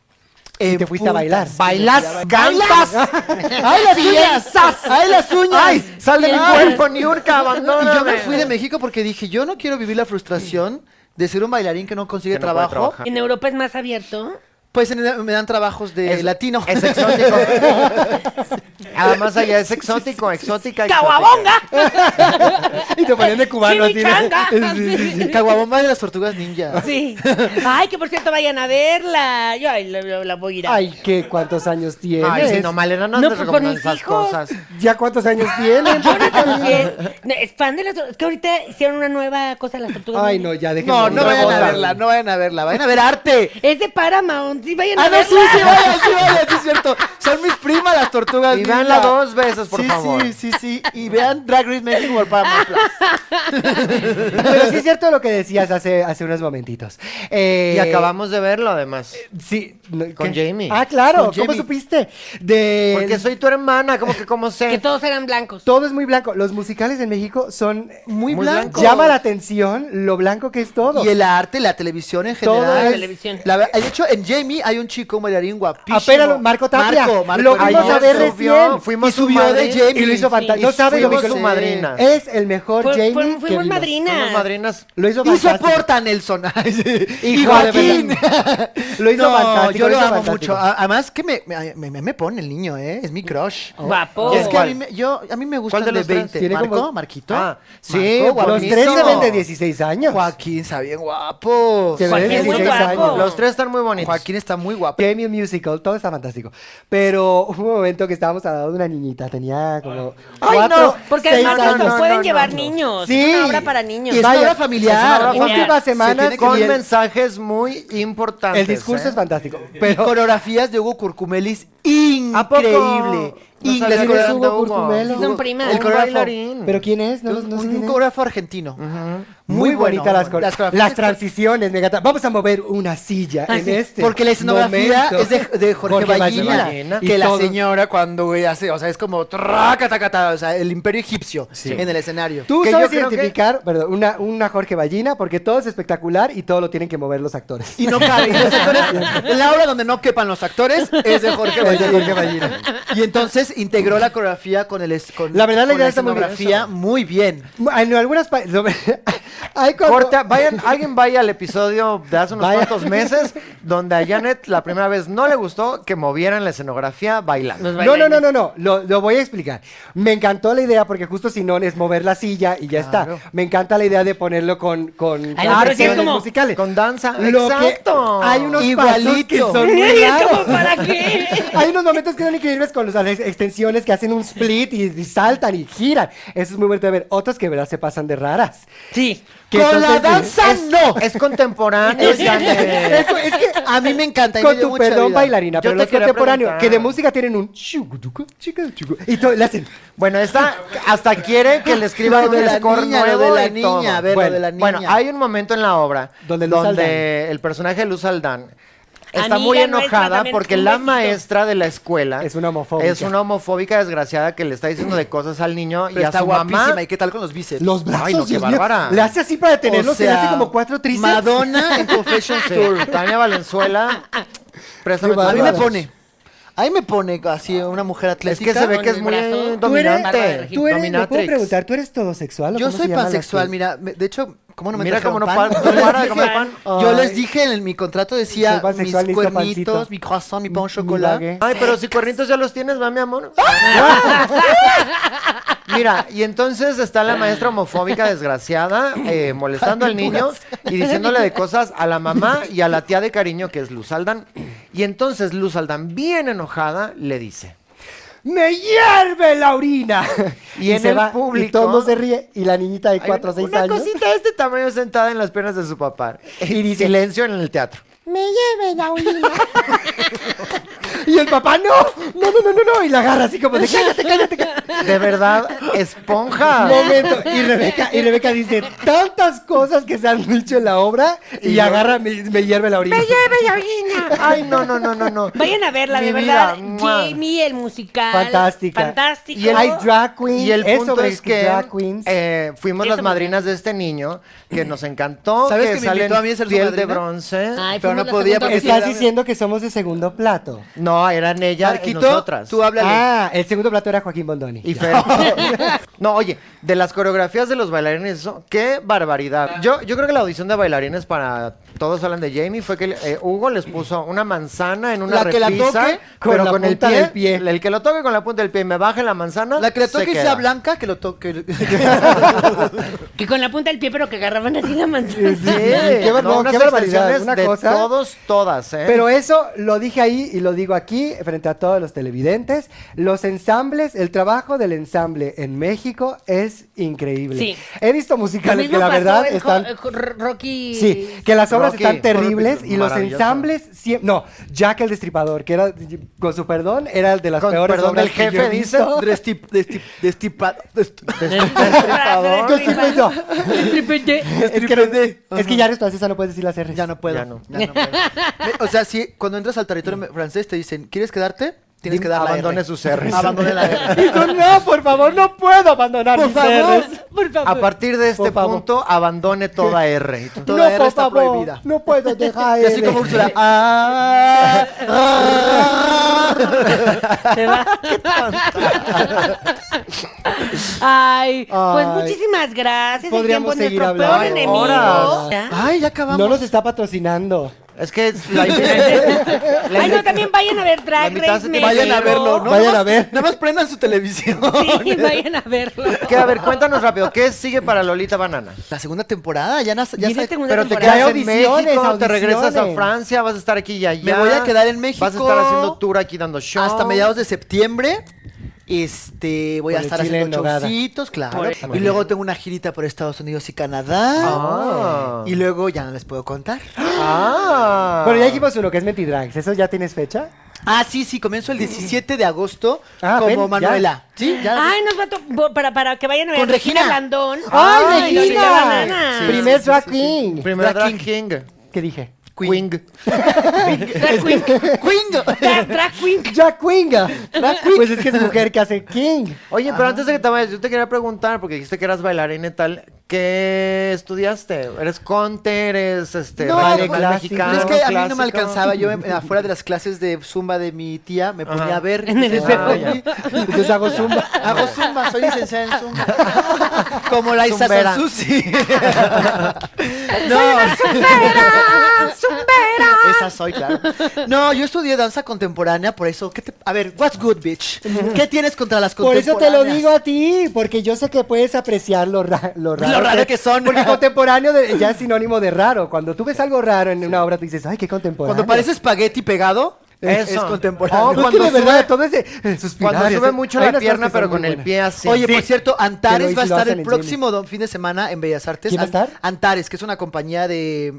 Speaker 3: te
Speaker 2: Eh,
Speaker 3: fuiste a bailar.
Speaker 2: Bailas, cantas. ¡Ay, las uñas! ¡Ay, las uñas!
Speaker 4: ¡Ay, sal de mi
Speaker 2: Ay.
Speaker 4: cuerpo, Niurka, abandóname!
Speaker 2: Y yo me fui de México porque dije, yo no quiero vivir la frustración de ser un bailarín que no consigue
Speaker 4: Que no puede
Speaker 2: trabajo.
Speaker 4: trabajar.
Speaker 1: En Europa es más abierto.
Speaker 2: Pues en- me dan trabajos de
Speaker 4: Es-
Speaker 2: latino.
Speaker 4: Es exótico. Además allá es exótico, exótica. exótica.
Speaker 1: ¡Caguabonga!
Speaker 3: Y te ponían de cubano así.
Speaker 1: Chimichanga. Sí.
Speaker 2: Caguabomba de las tortugas ninja.
Speaker 1: Sí. Ay, que por cierierto vayan a verla. Yo ay, la, la- la voy a ir a
Speaker 3: Ay, ¿qué? ¿Cuántos años tienes?
Speaker 4: Ay, si no, Malena, no,
Speaker 1: No,
Speaker 4: te
Speaker 1: pues, con
Speaker 4: recomiendan
Speaker 1: mis
Speaker 4: esas
Speaker 1: hijos.
Speaker 4: cosas.
Speaker 3: ¿Ya cuántos años tienes?
Speaker 1: Yo no también. No, Es fan de las tortugas. Es que ahorita hicieron una nueva cosa de las tortugas.
Speaker 3: Ay, no,
Speaker 1: ninja.
Speaker 3: ya déjenme.
Speaker 2: No, no
Speaker 4: Otra
Speaker 2: vayan a
Speaker 4: cosa.
Speaker 2: verla, no vayan a verla, vayan a ver arte.
Speaker 1: Es de Paramount. sí, vayan
Speaker 2: Ah,
Speaker 1: a
Speaker 2: no, sí,
Speaker 1: verla.
Speaker 2: sí, vaya, sí, vaya, sí, es cierto. Son mis primas las tortugas.
Speaker 4: Y
Speaker 2: Ninja.
Speaker 4: véanla dos veces, por
Speaker 2: sí,
Speaker 4: favor.
Speaker 2: Sí, sí, sí. Y vean Drag Race México por Paramount Plus.
Speaker 3: Pero sí es cierto lo que decías hace, hace unos momentitos. Eh,
Speaker 4: Y acabamos de verlo, además.
Speaker 3: Sí. no,
Speaker 4: Con
Speaker 3: ¿qué?
Speaker 4: Jamie.
Speaker 3: Ah, claro.
Speaker 2: Con
Speaker 3: ¿Cómo
Speaker 2: Jamie.
Speaker 3: supiste? De...
Speaker 4: Porque soy tu hermana, como que como
Speaker 1: Que
Speaker 4: sé.
Speaker 1: todos eran blancos.
Speaker 3: Todo es muy blanco. Los musicales en México son muy,
Speaker 4: blancos.
Speaker 3: Llama la atención lo blanco que es todo.
Speaker 2: Y el arte, la televisión en
Speaker 3: Todo
Speaker 2: general.
Speaker 3: es- La
Speaker 1: televisión.
Speaker 2: La ver- de hecho, en Jamie hay un chico, un bailarín guapísimo.
Speaker 3: Apenas lo- Ah, Marco Tapia.
Speaker 2: Marco, Marco.
Speaker 3: Lo
Speaker 2: Ay,
Speaker 3: vimos
Speaker 2: no,
Speaker 3: a ver
Speaker 2: eso-
Speaker 4: subió,
Speaker 3: recién.
Speaker 4: fuimos
Speaker 2: y
Speaker 4: su
Speaker 2: subió de
Speaker 4: madre.
Speaker 2: Jamie.
Speaker 3: Y lo hizo
Speaker 1: Sí.
Speaker 3: fantástico. No sabe lo
Speaker 4: fuimos
Speaker 3: que
Speaker 4: su madrina.
Speaker 3: Es el mejor
Speaker 1: Fu-
Speaker 3: Jamie.
Speaker 1: fuimos-
Speaker 3: que
Speaker 1: fuimos
Speaker 3: vimos.
Speaker 1: madrina.
Speaker 4: Somos madrinas.
Speaker 3: Lo hizo
Speaker 2: Y
Speaker 3: fantástico.
Speaker 2: soporta Nelson. Ay, sí. y
Speaker 3: Hijo de
Speaker 2: Joaquín.
Speaker 3: Lo hizo
Speaker 2: No,
Speaker 3: fantástico.
Speaker 2: Yo lo
Speaker 3: hizo
Speaker 2: amo
Speaker 3: fantástico.
Speaker 2: mucho. A- Además que me, me, me- me pone el niño, ¿eh? Es mi crush.
Speaker 1: Guapo.
Speaker 2: Y es que a
Speaker 4: ¿Cuál?
Speaker 2: mí me, yo, a mí me gusta
Speaker 4: ¿Cuál de
Speaker 2: el Oh. de
Speaker 4: los tres?
Speaker 2: 20.
Speaker 3: Tiene
Speaker 2: ¿Marco?
Speaker 3: como-
Speaker 2: ¿Marquito?
Speaker 4: Ah, sí,
Speaker 2: Marco,
Speaker 3: Los
Speaker 2: guapísimo.
Speaker 4: guapísimo.
Speaker 3: tres se ven de 16 años.
Speaker 2: Joaquín está bien guapo.
Speaker 3: Se ve de
Speaker 1: Joaquín es muy
Speaker 3: 16
Speaker 1: guapo.
Speaker 3: años.
Speaker 4: Los tres están muy bonitos.
Speaker 2: Joaquín está muy guapo.
Speaker 3: Jamie el Musical, todo está fantástico. Pero hubo un momento que estábamos al lado de una niñita, tenía como
Speaker 2: Ay, no,
Speaker 3: cuatro,
Speaker 1: Porque
Speaker 3: seis
Speaker 1: además nos
Speaker 3: años.
Speaker 1: pueden
Speaker 4: no,
Speaker 1: llevar
Speaker 4: no.
Speaker 1: niños.
Speaker 3: Sí.
Speaker 1: Es una obra para niños.
Speaker 2: Y es
Speaker 3: Vaya,
Speaker 2: una obra
Speaker 4: es una
Speaker 2: familiar.
Speaker 4: obra
Speaker 3: Últimas
Speaker 1: familiar.
Speaker 2: Se
Speaker 3: semanas
Speaker 2: tiene que
Speaker 4: Con
Speaker 2: bien.
Speaker 4: mensajes muy importantes.
Speaker 3: el discurso
Speaker 4: ¿eh?
Speaker 3: es fantástico.
Speaker 2: Y
Speaker 3: Pero
Speaker 2: coreografías de Hugo Curcumelis
Speaker 3: ah,
Speaker 4: ¿A poco?
Speaker 2: increíble.
Speaker 4: No
Speaker 2: Increíble.
Speaker 4: sabía
Speaker 3: ¿Quién
Speaker 4: que
Speaker 3: es
Speaker 4: era
Speaker 3: Hugo
Speaker 4: Hugo.
Speaker 3: Curcumelo?
Speaker 1: Sí, son primas.
Speaker 2: El
Speaker 4: Un
Speaker 2: coreógrafo.
Speaker 4: bailarín.
Speaker 3: ¿pero quién es? No,
Speaker 2: Un-
Speaker 3: no sé
Speaker 2: un
Speaker 3: quién es.
Speaker 2: coreógrafo argentino.
Speaker 3: Muy,
Speaker 2: bueno,
Speaker 3: bonitas
Speaker 2: muy
Speaker 3: las, cor-
Speaker 2: bueno.
Speaker 3: las,
Speaker 2: coreografías
Speaker 3: transiciones, me encanta. Vamos a mover una silla en este.
Speaker 2: Porque la escenografía
Speaker 3: momento.
Speaker 2: es de, de Jorge, Vainilla,
Speaker 4: Vainilla.
Speaker 2: que
Speaker 3: Y
Speaker 2: la
Speaker 3: todo-
Speaker 2: señora cuando güey, hace, o sea, es como tracatacata, o sea, el imperio egipcio en el escenario.
Speaker 3: Tú
Speaker 2: Que yo
Speaker 3: sabes
Speaker 2: creo que-
Speaker 3: identificar, perdón, una, una Jorge Ballina, porque todo es espectacular y todo lo tienen que mover los actores.
Speaker 2: Y no cabe. y los actores- la obra donde no quepan los actores es de Jorge
Speaker 3: Es de
Speaker 2: Vainilla.
Speaker 3: Jorge Vainilla.
Speaker 2: Y entonces integró la coreografía con el es- con,
Speaker 3: La verdad, la
Speaker 2: con
Speaker 3: idea está muy bien.
Speaker 2: escenografía muy bien.
Speaker 3: En algunas pa- hay cuando-
Speaker 4: Corta, vayan, alguien vaya al episodio de hace unos
Speaker 3: Vaya.
Speaker 4: cuantos meses donde a Janet la primera vez no le gustó que movieran la escenografía bailando.
Speaker 1: Los
Speaker 3: No, no, no,
Speaker 1: bailarines.
Speaker 3: no, no, lo, lo voy a explicar. Me encantó la idea porque justo si no es mover la silla y ya
Speaker 4: Claro.
Speaker 3: está. Me encanta la idea de ponerlo con con,
Speaker 1: Ay,
Speaker 3: con
Speaker 1: no, pero sí es
Speaker 3: canciones
Speaker 1: como-
Speaker 3: musicales.
Speaker 4: Con danza.
Speaker 3: Lo que-
Speaker 4: Exacto.
Speaker 3: hay unos pasos que
Speaker 2: Igualito.
Speaker 3: son muy
Speaker 1: Y es como,
Speaker 3: raros.
Speaker 1: ¿Para qué?
Speaker 3: Hay unos momentos que son increíbles con los- las extensiones que hacen un split y, y saltan y giran. Eso es muy bueno de ver. Otras que de verdad se pasan de raras.
Speaker 1: Sí.
Speaker 3: Que
Speaker 2: Con la
Speaker 3: entonces-
Speaker 2: danza
Speaker 3: es-
Speaker 2: no.
Speaker 4: Es contemporáneo,
Speaker 2: Es,
Speaker 4: Janet.
Speaker 2: es que- es que a mí me encanta. y me
Speaker 3: Con
Speaker 2: dio
Speaker 3: tu
Speaker 2: mucha
Speaker 3: perdón
Speaker 2: vida.
Speaker 3: bailarina,
Speaker 4: Yo
Speaker 3: pero
Speaker 4: te
Speaker 3: los
Speaker 4: quería
Speaker 3: contemporáneos
Speaker 4: preguntar.
Speaker 3: que de música tienen un chuguducu, chicaducu, y todo, le hacen
Speaker 4: Bueno, esta hasta quiere que le escriban
Speaker 2: Lo de
Speaker 4: un
Speaker 2: la
Speaker 4: score
Speaker 2: niña, lo
Speaker 4: nuevo
Speaker 2: de la
Speaker 4: y todo.
Speaker 2: niña, a ver, lo
Speaker 4: bueno,
Speaker 2: de la niña.
Speaker 4: bueno, hay un momento en la obra
Speaker 3: Donde
Speaker 4: donde,
Speaker 3: Luz
Speaker 4: el personaje de Luz Aldán está
Speaker 1: Amiga
Speaker 4: muy
Speaker 1: nuestra
Speaker 4: enojada
Speaker 1: también,
Speaker 4: porque
Speaker 1: un
Speaker 4: la
Speaker 1: besito.
Speaker 4: maestra de la escuela
Speaker 3: Es una homofóbica.
Speaker 4: es una homofóbica desgraciada que le está diciendo de cosas al niño
Speaker 2: Pero
Speaker 4: y a
Speaker 2: está
Speaker 4: su
Speaker 2: guapísima.
Speaker 4: mamá.
Speaker 2: ¿Y qué tal con los bíceps?
Speaker 3: los brazos,
Speaker 4: Ay, no, qué
Speaker 3: Dios mío.
Speaker 4: bárbara.
Speaker 3: Le hace así para detenerlos,
Speaker 2: O sea,
Speaker 3: le hace como cuatro tríceps.
Speaker 2: Madonna en Confessions
Speaker 4: Sí,
Speaker 2: Tour.
Speaker 4: Tania Valenzuela, préstame
Speaker 3: Qué
Speaker 4: tus
Speaker 2: A mí me
Speaker 4: brazos.
Speaker 3: bárbaro.
Speaker 2: pone. A mí me pone así una mujer
Speaker 4: Es
Speaker 2: atlética.
Speaker 4: que se ve
Speaker 1: Con
Speaker 4: que es
Speaker 1: el
Speaker 4: muy
Speaker 1: brazo.
Speaker 3: ¿Tú eres,
Speaker 4: dominante.
Speaker 3: tú eres, me puedo
Speaker 4: dominatrix.
Speaker 3: preguntar, ¿tú eres todosexual o
Speaker 2: Yo
Speaker 3: cómo se
Speaker 2: soy
Speaker 3: llama la
Speaker 2: pansexual,
Speaker 3: actriz?
Speaker 2: mira, me- de hecho, ¿cómo no me
Speaker 4: Mira
Speaker 2: trajeron
Speaker 4: cómo no
Speaker 2: pan?
Speaker 4: pa-
Speaker 2: Yo
Speaker 4: no
Speaker 2: les
Speaker 4: para de
Speaker 2: dije-
Speaker 4: comer pan.
Speaker 2: Yo
Speaker 3: Ay.
Speaker 2: les dije en el- mi contrato decía
Speaker 3: Soy pansexual,
Speaker 2: mis
Speaker 3: listo, pancito.
Speaker 2: cuernitos, mi croissant, mi pan au chocolat.
Speaker 3: baguette.
Speaker 4: Ay, pero si cuernitos ya los tienes, va mi amor. Mira, y entonces está la maestra homofóbica desgraciada eh, molestando al niño y diciéndole de cosas a la mamá y a la tía de cariño que es Luz Aldán. Y entonces Luz Aldán, bien enojada, le dice.
Speaker 3: ¡Me hierve la orina!
Speaker 4: Y en
Speaker 3: se
Speaker 4: el
Speaker 3: va, Y
Speaker 4: público-
Speaker 3: todo el mundo se ríe. Y la niñita de
Speaker 4: "Hay
Speaker 3: 4 o
Speaker 4: una,
Speaker 3: 6
Speaker 4: una
Speaker 3: años.
Speaker 4: cosita de este tamaño sentada en las piernas de su papá.
Speaker 3: Y
Speaker 4: Y
Speaker 3: dice-
Speaker 4: silencio en el teatro.
Speaker 3: ¡Me hierve la orina! y el papá, ¡no! ¡No, no, no, no! no", Y la agarra así como de, ¡cállate, cállate! cállate".
Speaker 4: De verdad, esponja.
Speaker 3: Momento. Y Rebeca, y Rebeca dice tantas cosas que se han dicho en la obra y,
Speaker 4: Y yo-
Speaker 3: agarra, me, me hierve la orina.
Speaker 4: Ay, no, no, no, no, no.
Speaker 1: Vayan a verla, de
Speaker 4: Mi
Speaker 1: verdad.
Speaker 4: vida, mua.
Speaker 1: Jamie, el musical.
Speaker 3: Fantástica.
Speaker 1: Fantástico.
Speaker 3: Y el- hay drag queens.
Speaker 4: Y el
Speaker 3: eso
Speaker 4: punto
Speaker 3: de
Speaker 4: es que
Speaker 3: drag queens.
Speaker 4: eh, fuimos
Speaker 1: Eso
Speaker 4: las
Speaker 1: me
Speaker 4: madrinas de este niño, que nos encantó.
Speaker 2: ¿Sabes
Speaker 4: que,
Speaker 2: que me
Speaker 4: salen
Speaker 2: invitó a mí a ser su
Speaker 4: piel de
Speaker 2: madrina?
Speaker 4: bronce.
Speaker 1: Ay,
Speaker 2: pero
Speaker 1: fuimos
Speaker 2: no
Speaker 1: la
Speaker 2: podía
Speaker 1: segunda
Speaker 2: porque
Speaker 1: opción.
Speaker 3: Estás diciendo que somos de segundo plato.
Speaker 4: No, eran ella y
Speaker 2: Marquito,
Speaker 4: nosotras.
Speaker 2: tú háblale.
Speaker 3: Ah, el segundo plato era Joaquín Bondoni.
Speaker 4: Y Fer. no, oye, de las coreografías de los bailarines, eso, qué barbaridad. Yo, yo creo que la audición de bailarines para todos hablan de Jamie fue que eh, Hugo les puso una manzana en una
Speaker 2: La que la
Speaker 4: repisa
Speaker 2: toque.
Speaker 3: Con
Speaker 4: pero
Speaker 3: la
Speaker 4: con el
Speaker 3: punta
Speaker 4: pie,
Speaker 3: del pie.
Speaker 4: El que lo toque con la punta del pie y me baje la manzana.
Speaker 2: La que le toque y
Speaker 4: se
Speaker 2: sea
Speaker 4: queda.
Speaker 2: blanca, que lo toque.
Speaker 1: Que con la punta del pie, pero que agarraban así la manzana.
Speaker 4: Sí,
Speaker 3: Qué bar-
Speaker 4: no,
Speaker 3: no,
Speaker 4: unas
Speaker 3: qué barbaridad,
Speaker 4: extensiones
Speaker 3: una
Speaker 4: de
Speaker 3: cosa.
Speaker 4: todos, todas, ¿eh?
Speaker 3: Pero eso lo dije ahí y lo digo aquí frente a todos los televidentes. Los ensambles, el trabajo del ensamble en México es increíble.
Speaker 1: Sí.
Speaker 3: He visto
Speaker 1: Lo
Speaker 3: musicales
Speaker 1: mismo
Speaker 3: que la
Speaker 1: pasó
Speaker 3: verdad
Speaker 1: el co-
Speaker 3: están...
Speaker 1: el co- R- Rocky.
Speaker 3: Sí, que las obras
Speaker 4: Rocky,
Speaker 3: están terribles y los
Speaker 4: maravilloso.
Speaker 3: ensambles siempre... No, Jack el Destripador, que era, con su perdón, era de las
Speaker 4: Con
Speaker 3: peores
Speaker 4: perdón
Speaker 3: obras
Speaker 4: del
Speaker 3: que yo he
Speaker 4: jefe,
Speaker 3: visto.
Speaker 2: Destip- destip- Destipado. dest-
Speaker 3: Destripado.
Speaker 1: Destripado.
Speaker 3: Es que, no-
Speaker 2: Destripende.
Speaker 3: es que ya eres francesa, no puedes decir las R's.
Speaker 2: Ya no puedo.
Speaker 4: Ya no.
Speaker 2: ya no puedo. Me- o sea, si cuando entras al territorio me- francés te dicen, ¿quieres quedarte? Tienes que dar la
Speaker 4: Abandone
Speaker 2: R.
Speaker 4: sus R's.
Speaker 2: Abandone la R.
Speaker 3: Y tú, no, por favor, no puedo abandonar
Speaker 2: Por
Speaker 3: mis
Speaker 2: favor.
Speaker 3: R's.
Speaker 1: Por favor.
Speaker 4: A partir de este
Speaker 3: Por favor.
Speaker 4: punto, abandone toda R. Y tú-
Speaker 2: Toda
Speaker 3: no,
Speaker 2: R
Speaker 3: por
Speaker 2: está
Speaker 3: favor,
Speaker 2: prohibida.
Speaker 3: No puedo dejar
Speaker 2: Y así como
Speaker 3: R.
Speaker 2: Úrsula. "Ah, ah".
Speaker 1: Se va. Ay, pues
Speaker 3: Ay.
Speaker 1: muchísimas gracias.
Speaker 3: Podríamos
Speaker 1: el tiempo
Speaker 3: seguir
Speaker 1: es nuestro peor
Speaker 3: hablando
Speaker 1: enemigo.
Speaker 4: horas.
Speaker 1: ¿Ya?
Speaker 2: Ay, ya acabamos.
Speaker 3: No nos está patrocinando.
Speaker 4: Es que es la, la-
Speaker 1: Ay, no, también vayan a ver
Speaker 4: La
Speaker 1: Drag
Speaker 4: mitad
Speaker 1: Race
Speaker 4: se te-
Speaker 1: México.
Speaker 2: Vayan a verlo, ¿no?
Speaker 3: Vayan
Speaker 2: Nada
Speaker 3: a
Speaker 2: más-
Speaker 3: ver.
Speaker 2: Nada más prendan su televisión.
Speaker 1: Sí, vayan a verlo.
Speaker 4: que, a ver, cuéntanos rápido, ¿qué sigue para Lolita Banana?
Speaker 2: La segunda temporada, ya, nas- ya
Speaker 1: Viene
Speaker 2: sa-
Speaker 1: segunda
Speaker 4: Pero te
Speaker 1: temporada.
Speaker 4: quedas
Speaker 3: Hay
Speaker 4: en
Speaker 3: audiciones,
Speaker 4: México, te
Speaker 3: audiciones.
Speaker 4: regresas a Francia, vas a estar aquí y allá.
Speaker 2: Me voy a quedar en
Speaker 4: Vas a
Speaker 2: México
Speaker 4: estar haciendo tour aquí dando show.
Speaker 2: hasta mediados de septiembre. Este, voy a
Speaker 3: Con el
Speaker 2: estar
Speaker 3: chile en
Speaker 2: haciendo
Speaker 3: nogada.
Speaker 2: showcitos, claro.
Speaker 1: Por-
Speaker 2: Y luego tengo una girita por Estados Unidos y Canadá.
Speaker 4: Ah.
Speaker 2: Y luego ya no les puedo contar.
Speaker 4: Ah.
Speaker 3: Bueno, ya dijimos uno que es Mentidrags. ¿Eso ya tienes fecha?
Speaker 2: Ah, sí, sí, comienzo el 17 de agosto
Speaker 3: Ah,
Speaker 2: como
Speaker 3: ven, ya.
Speaker 2: Manuela. Sí, ya.
Speaker 1: Ay, nos va a to- bo- para, para que vayan a ver
Speaker 2: Con Regina.
Speaker 1: Blandón.
Speaker 3: ¡Ay,
Speaker 1: y Lolita
Speaker 3: Regina!
Speaker 1: Banana.
Speaker 2: Sí.
Speaker 3: Primer drag queen.
Speaker 4: Primero
Speaker 2: Drag
Speaker 4: Drag King.
Speaker 3: ¿Qué dije?
Speaker 4: Queen.
Speaker 1: Drag Queen.
Speaker 2: ¡Quingo!
Speaker 1: Drag- Drag Queen.
Speaker 3: Jack Winga. Pues es que es mujer que hace king.
Speaker 4: Oye, pero antes de que te vayas, yo te quería preguntar, porque dijiste que eras bailarina y tal, ¿qué estudiaste? ¿Eres conte? ¿Eres este,
Speaker 2: No,
Speaker 4: ballet
Speaker 2: pues,
Speaker 4: mexicano?
Speaker 2: Pero es que a mí no
Speaker 4: clásico?
Speaker 2: me alcanzaba. Yo em, afuera de las clases de zumba de mi tía me ponía a ver.
Speaker 1: En el
Speaker 2: Ah,
Speaker 1: espejo.
Speaker 2: ya.
Speaker 3: Entonces hago zumba.
Speaker 2: Hago zumba, soy licenciada en zumba. Como la Isa
Speaker 4: Zumbera.
Speaker 2: Sansusi. no,
Speaker 1: Zumbera, zumbera.
Speaker 2: esa soy, claro. No, yo estudié danza contemporánea, por eso. ¿qué te- a ver, what's good, bitch? ¿Qué tienes contra las
Speaker 3: Por
Speaker 2: contemporáneas?
Speaker 3: eso te lo digo a ti, porque yo sé que puedes apreciar lo, ra- lo raro.
Speaker 2: Lo raro que son.
Speaker 3: Porque contemporáneo de- ya es sinónimo de raro. Cuando tú ves algo raro en una obra, tú dices, ay, qué contemporáneo.
Speaker 2: Cuando parece espagueti pegado, es- es
Speaker 4: Eso.
Speaker 2: contemporáneo.
Speaker 4: Oh,
Speaker 3: No, es que
Speaker 4: cuando
Speaker 3: de verdad,
Speaker 4: sube-
Speaker 3: todo ese eh, suspirar,
Speaker 4: Cuando
Speaker 3: ese-
Speaker 4: sube mucho
Speaker 3: hay
Speaker 4: la
Speaker 3: unas
Speaker 4: pierna,
Speaker 3: cosas que
Speaker 4: pero
Speaker 3: son
Speaker 4: con
Speaker 3: muy
Speaker 4: el
Speaker 3: buenas.
Speaker 4: pie así.
Speaker 2: Oye, pues,
Speaker 4: Sí.
Speaker 2: por cierto, Antares
Speaker 3: Que lo
Speaker 2: va a
Speaker 3: hizo- lo
Speaker 2: estar
Speaker 3: hacen
Speaker 2: el
Speaker 3: en
Speaker 2: próximo don- fin de semana en Bellas Artes.
Speaker 3: ¿Quién va a
Speaker 2: An-
Speaker 3: estar?
Speaker 2: Antares, que es una compañía de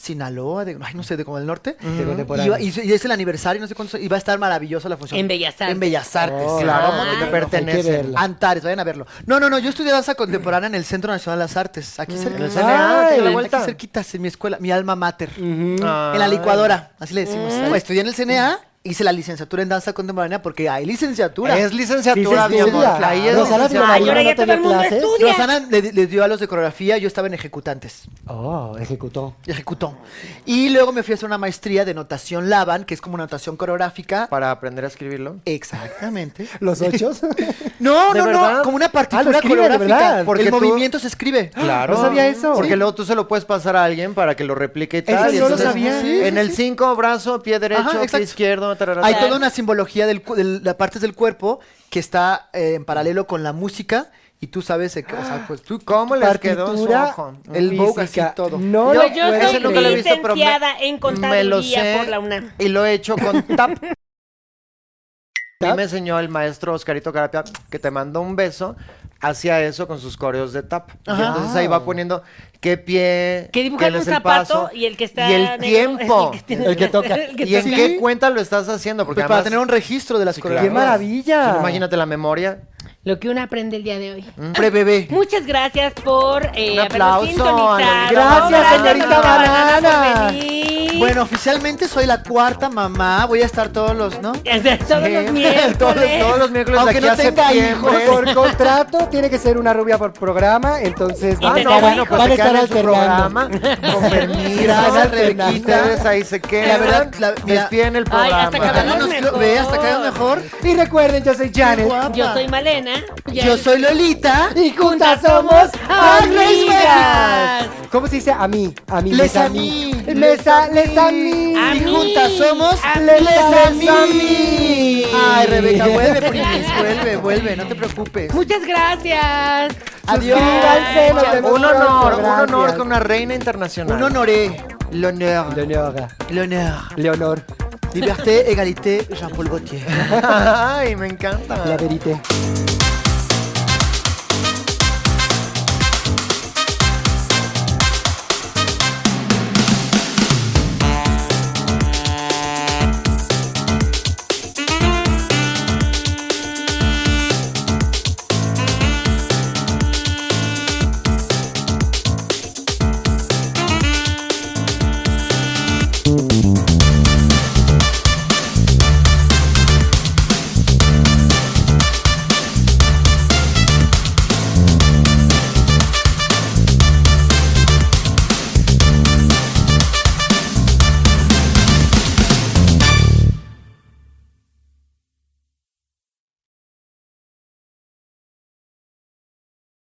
Speaker 2: Sinaloa, de, ay, no sé, de como del norte.
Speaker 3: De
Speaker 2: Y,
Speaker 3: contemporáneo.
Speaker 2: va- mm, y se- y es el aniversario, no sé cuánto, y va a estar maravillosa la función.
Speaker 1: En Bellas Artes.
Speaker 2: En Bellas Artes.
Speaker 4: Oh,
Speaker 2: claro,
Speaker 1: Ah.
Speaker 2: porque te
Speaker 4: porque te
Speaker 2: per-
Speaker 3: Hay que
Speaker 4: pertenece.
Speaker 3: verla.
Speaker 2: Antares, vayan a verlo. No, no, no, yo estudié danza contemporánea en el Centro Nacional de las Artes, aquí cerca.
Speaker 4: Mm. En el CNA, aquí a la
Speaker 2: Aquí
Speaker 4: vuelta.
Speaker 2: cerquitas, en mi escuela, mi alma mater.
Speaker 4: Ah.
Speaker 2: En la licuadora, así le decimos.
Speaker 4: Mm.
Speaker 2: Bueno, Estudié en el CNA, hice la licenciatura en danza contemporánea porque hay licenciatura.
Speaker 4: Es
Speaker 3: Sí, se
Speaker 4: licenciatura, mi amor.
Speaker 3: estudia.
Speaker 4: Ahí es
Speaker 3: Rosana
Speaker 4: licenciatura.
Speaker 1: Ay,
Speaker 3: Fioravanti
Speaker 1: ahora
Speaker 3: no
Speaker 1: ya todo
Speaker 3: tenía
Speaker 1: el mundo
Speaker 3: clases.
Speaker 1: estudia.
Speaker 2: Rosana le, le dio a los de coreografía, yo estaba en ejecutantes,
Speaker 3: Oh, ejecutó.
Speaker 2: ejecutó. Y luego me fui a hacer una maestría de notación Laban, que es como notación coreográfica.
Speaker 4: Para aprender a escribirlo.
Speaker 2: Exactamente.
Speaker 3: ¿Los ochos?
Speaker 2: No,
Speaker 4: ¿De
Speaker 2: no, no,
Speaker 4: verdad?
Speaker 2: como una
Speaker 3: Ah, lo
Speaker 2: partitura
Speaker 3: escribe, de
Speaker 2: coreográfica. Porque
Speaker 3: verdad.
Speaker 4: Porque
Speaker 2: el
Speaker 4: tú-
Speaker 2: movimiento se escribe.
Speaker 4: Claro.
Speaker 3: No sabía eso.
Speaker 4: Porque
Speaker 3: Sí.
Speaker 4: luego tú se lo puedes pasar a alguien para que lo replique y tal.
Speaker 3: Eso
Speaker 4: Y
Speaker 2: no lo
Speaker 4: entonces,
Speaker 2: sabía. Sí,
Speaker 4: En
Speaker 2: sí,
Speaker 4: el
Speaker 2: sí.
Speaker 4: 5, brazo, pie
Speaker 2: Ajá,
Speaker 4: derecho,
Speaker 2: exacto.
Speaker 4: pie izquierdo. tararara.
Speaker 2: Hay toda una simbología del cu- de las partes del cuerpo que está eh, en paralelo con la música y tú sabes, eh, que- o sea, pues tú...
Speaker 4: ¿Cómo les quedó su
Speaker 3: Partitura
Speaker 4: ojo?
Speaker 2: El Vogue así
Speaker 3: física.
Speaker 2: todo.
Speaker 3: No
Speaker 1: Pues
Speaker 3: lo
Speaker 1: yo
Speaker 3: puedo
Speaker 1: soy
Speaker 4: Ese nunca lo he visto, pero me-
Speaker 1: licenciada en
Speaker 4: me lo sé
Speaker 1: contaduría por la UNAM.
Speaker 4: Y lo he hecho con tap.
Speaker 3: ¿Tap?
Speaker 4: Y me enseñó el maestro Oscarito Carapia, que te mandó un beso, hacía eso con sus coreos de tap. Y
Speaker 2: Ajá.
Speaker 4: entonces ahí va poniendo qué pie,
Speaker 1: Que dibujan
Speaker 4: cuál
Speaker 1: un
Speaker 4: es el
Speaker 1: zapato
Speaker 4: paso,
Speaker 1: y el que está
Speaker 4: y el
Speaker 1: negro es
Speaker 4: tiempo.
Speaker 1: tiene-
Speaker 3: El que toca.
Speaker 1: el que
Speaker 4: y en
Speaker 1: toca.
Speaker 4: qué cuenta lo estás haciendo. Porque
Speaker 2: Pues para
Speaker 4: además-
Speaker 2: tener un registro de las
Speaker 4: claro.
Speaker 3: ¡Qué
Speaker 2: coreografías.
Speaker 3: maravilla!
Speaker 4: Imagínate la memoria.
Speaker 1: Lo que uno aprende el día de hoy.
Speaker 2: Pre-bebé.
Speaker 1: Muchas gracias por eh,
Speaker 4: Un
Speaker 1: habernos
Speaker 4: aplauso,
Speaker 1: sintonizado.
Speaker 4: Lolita.
Speaker 3: Gracias, señorita
Speaker 1: Lolita
Speaker 3: Banana.
Speaker 1: por venir.
Speaker 2: Bueno, oficialmente soy la cuarta mamá. Voy a estar todos los, ¿no?
Speaker 1: todos los miércoles.
Speaker 4: Todos, todos los miércoles
Speaker 2: Aunque
Speaker 4: de aquí
Speaker 2: no
Speaker 4: a
Speaker 2: tenga
Speaker 4: septiembre.
Speaker 2: hijos.
Speaker 3: Por contrato tiene que ser una rubia por programa, entonces
Speaker 1: Ah,
Speaker 3: van-
Speaker 1: no, bueno,
Speaker 4: pues
Speaker 3: van a
Speaker 4: se
Speaker 3: estar
Speaker 4: quedan en su
Speaker 3: alternando.
Speaker 4: programa. Con permiso.
Speaker 2: Gracias, Rebequita.
Speaker 4: Ustedes ahí se quedan.
Speaker 2: La verdad, la- mira-
Speaker 4: despiden
Speaker 1: Ay,
Speaker 4: el programa.
Speaker 1: hasta acabamos
Speaker 2: Acabamos
Speaker 1: mejor.
Speaker 2: Ve, hasta acabamos mejor.
Speaker 3: Y recuerden, yo soy Janet.
Speaker 2: Guapa.
Speaker 1: Yo soy Malena. Y
Speaker 2: Yo soy Lolita.
Speaker 3: Y juntas somos
Speaker 1: Amigas.
Speaker 3: amigas. ¿Cómo se dice a mí? A mí.
Speaker 2: Les
Speaker 3: a
Speaker 2: amí.
Speaker 3: Mesa, les a mí.
Speaker 1: A
Speaker 2: Y
Speaker 1: mí.
Speaker 2: juntas somos
Speaker 1: A
Speaker 3: Les
Speaker 2: Les
Speaker 3: a mí.
Speaker 2: Amí. Rebeca, vuelve, primis, vuelve, vuelve, no te preocupes.
Speaker 1: Muchas gracias.
Speaker 2: Adiós.
Speaker 3: Suscríbanse, nos vemos
Speaker 4: Un honor,
Speaker 3: pronto,
Speaker 4: un honor
Speaker 3: gracias.
Speaker 4: con una reina internacional.
Speaker 2: Un honoré,
Speaker 4: L'honneur.
Speaker 3: Leonora.
Speaker 2: l'honneur,
Speaker 3: Leonor.
Speaker 2: liberté, égalité, Jean-Paul Gaultier.
Speaker 4: Ay, me encanta.
Speaker 3: La verité.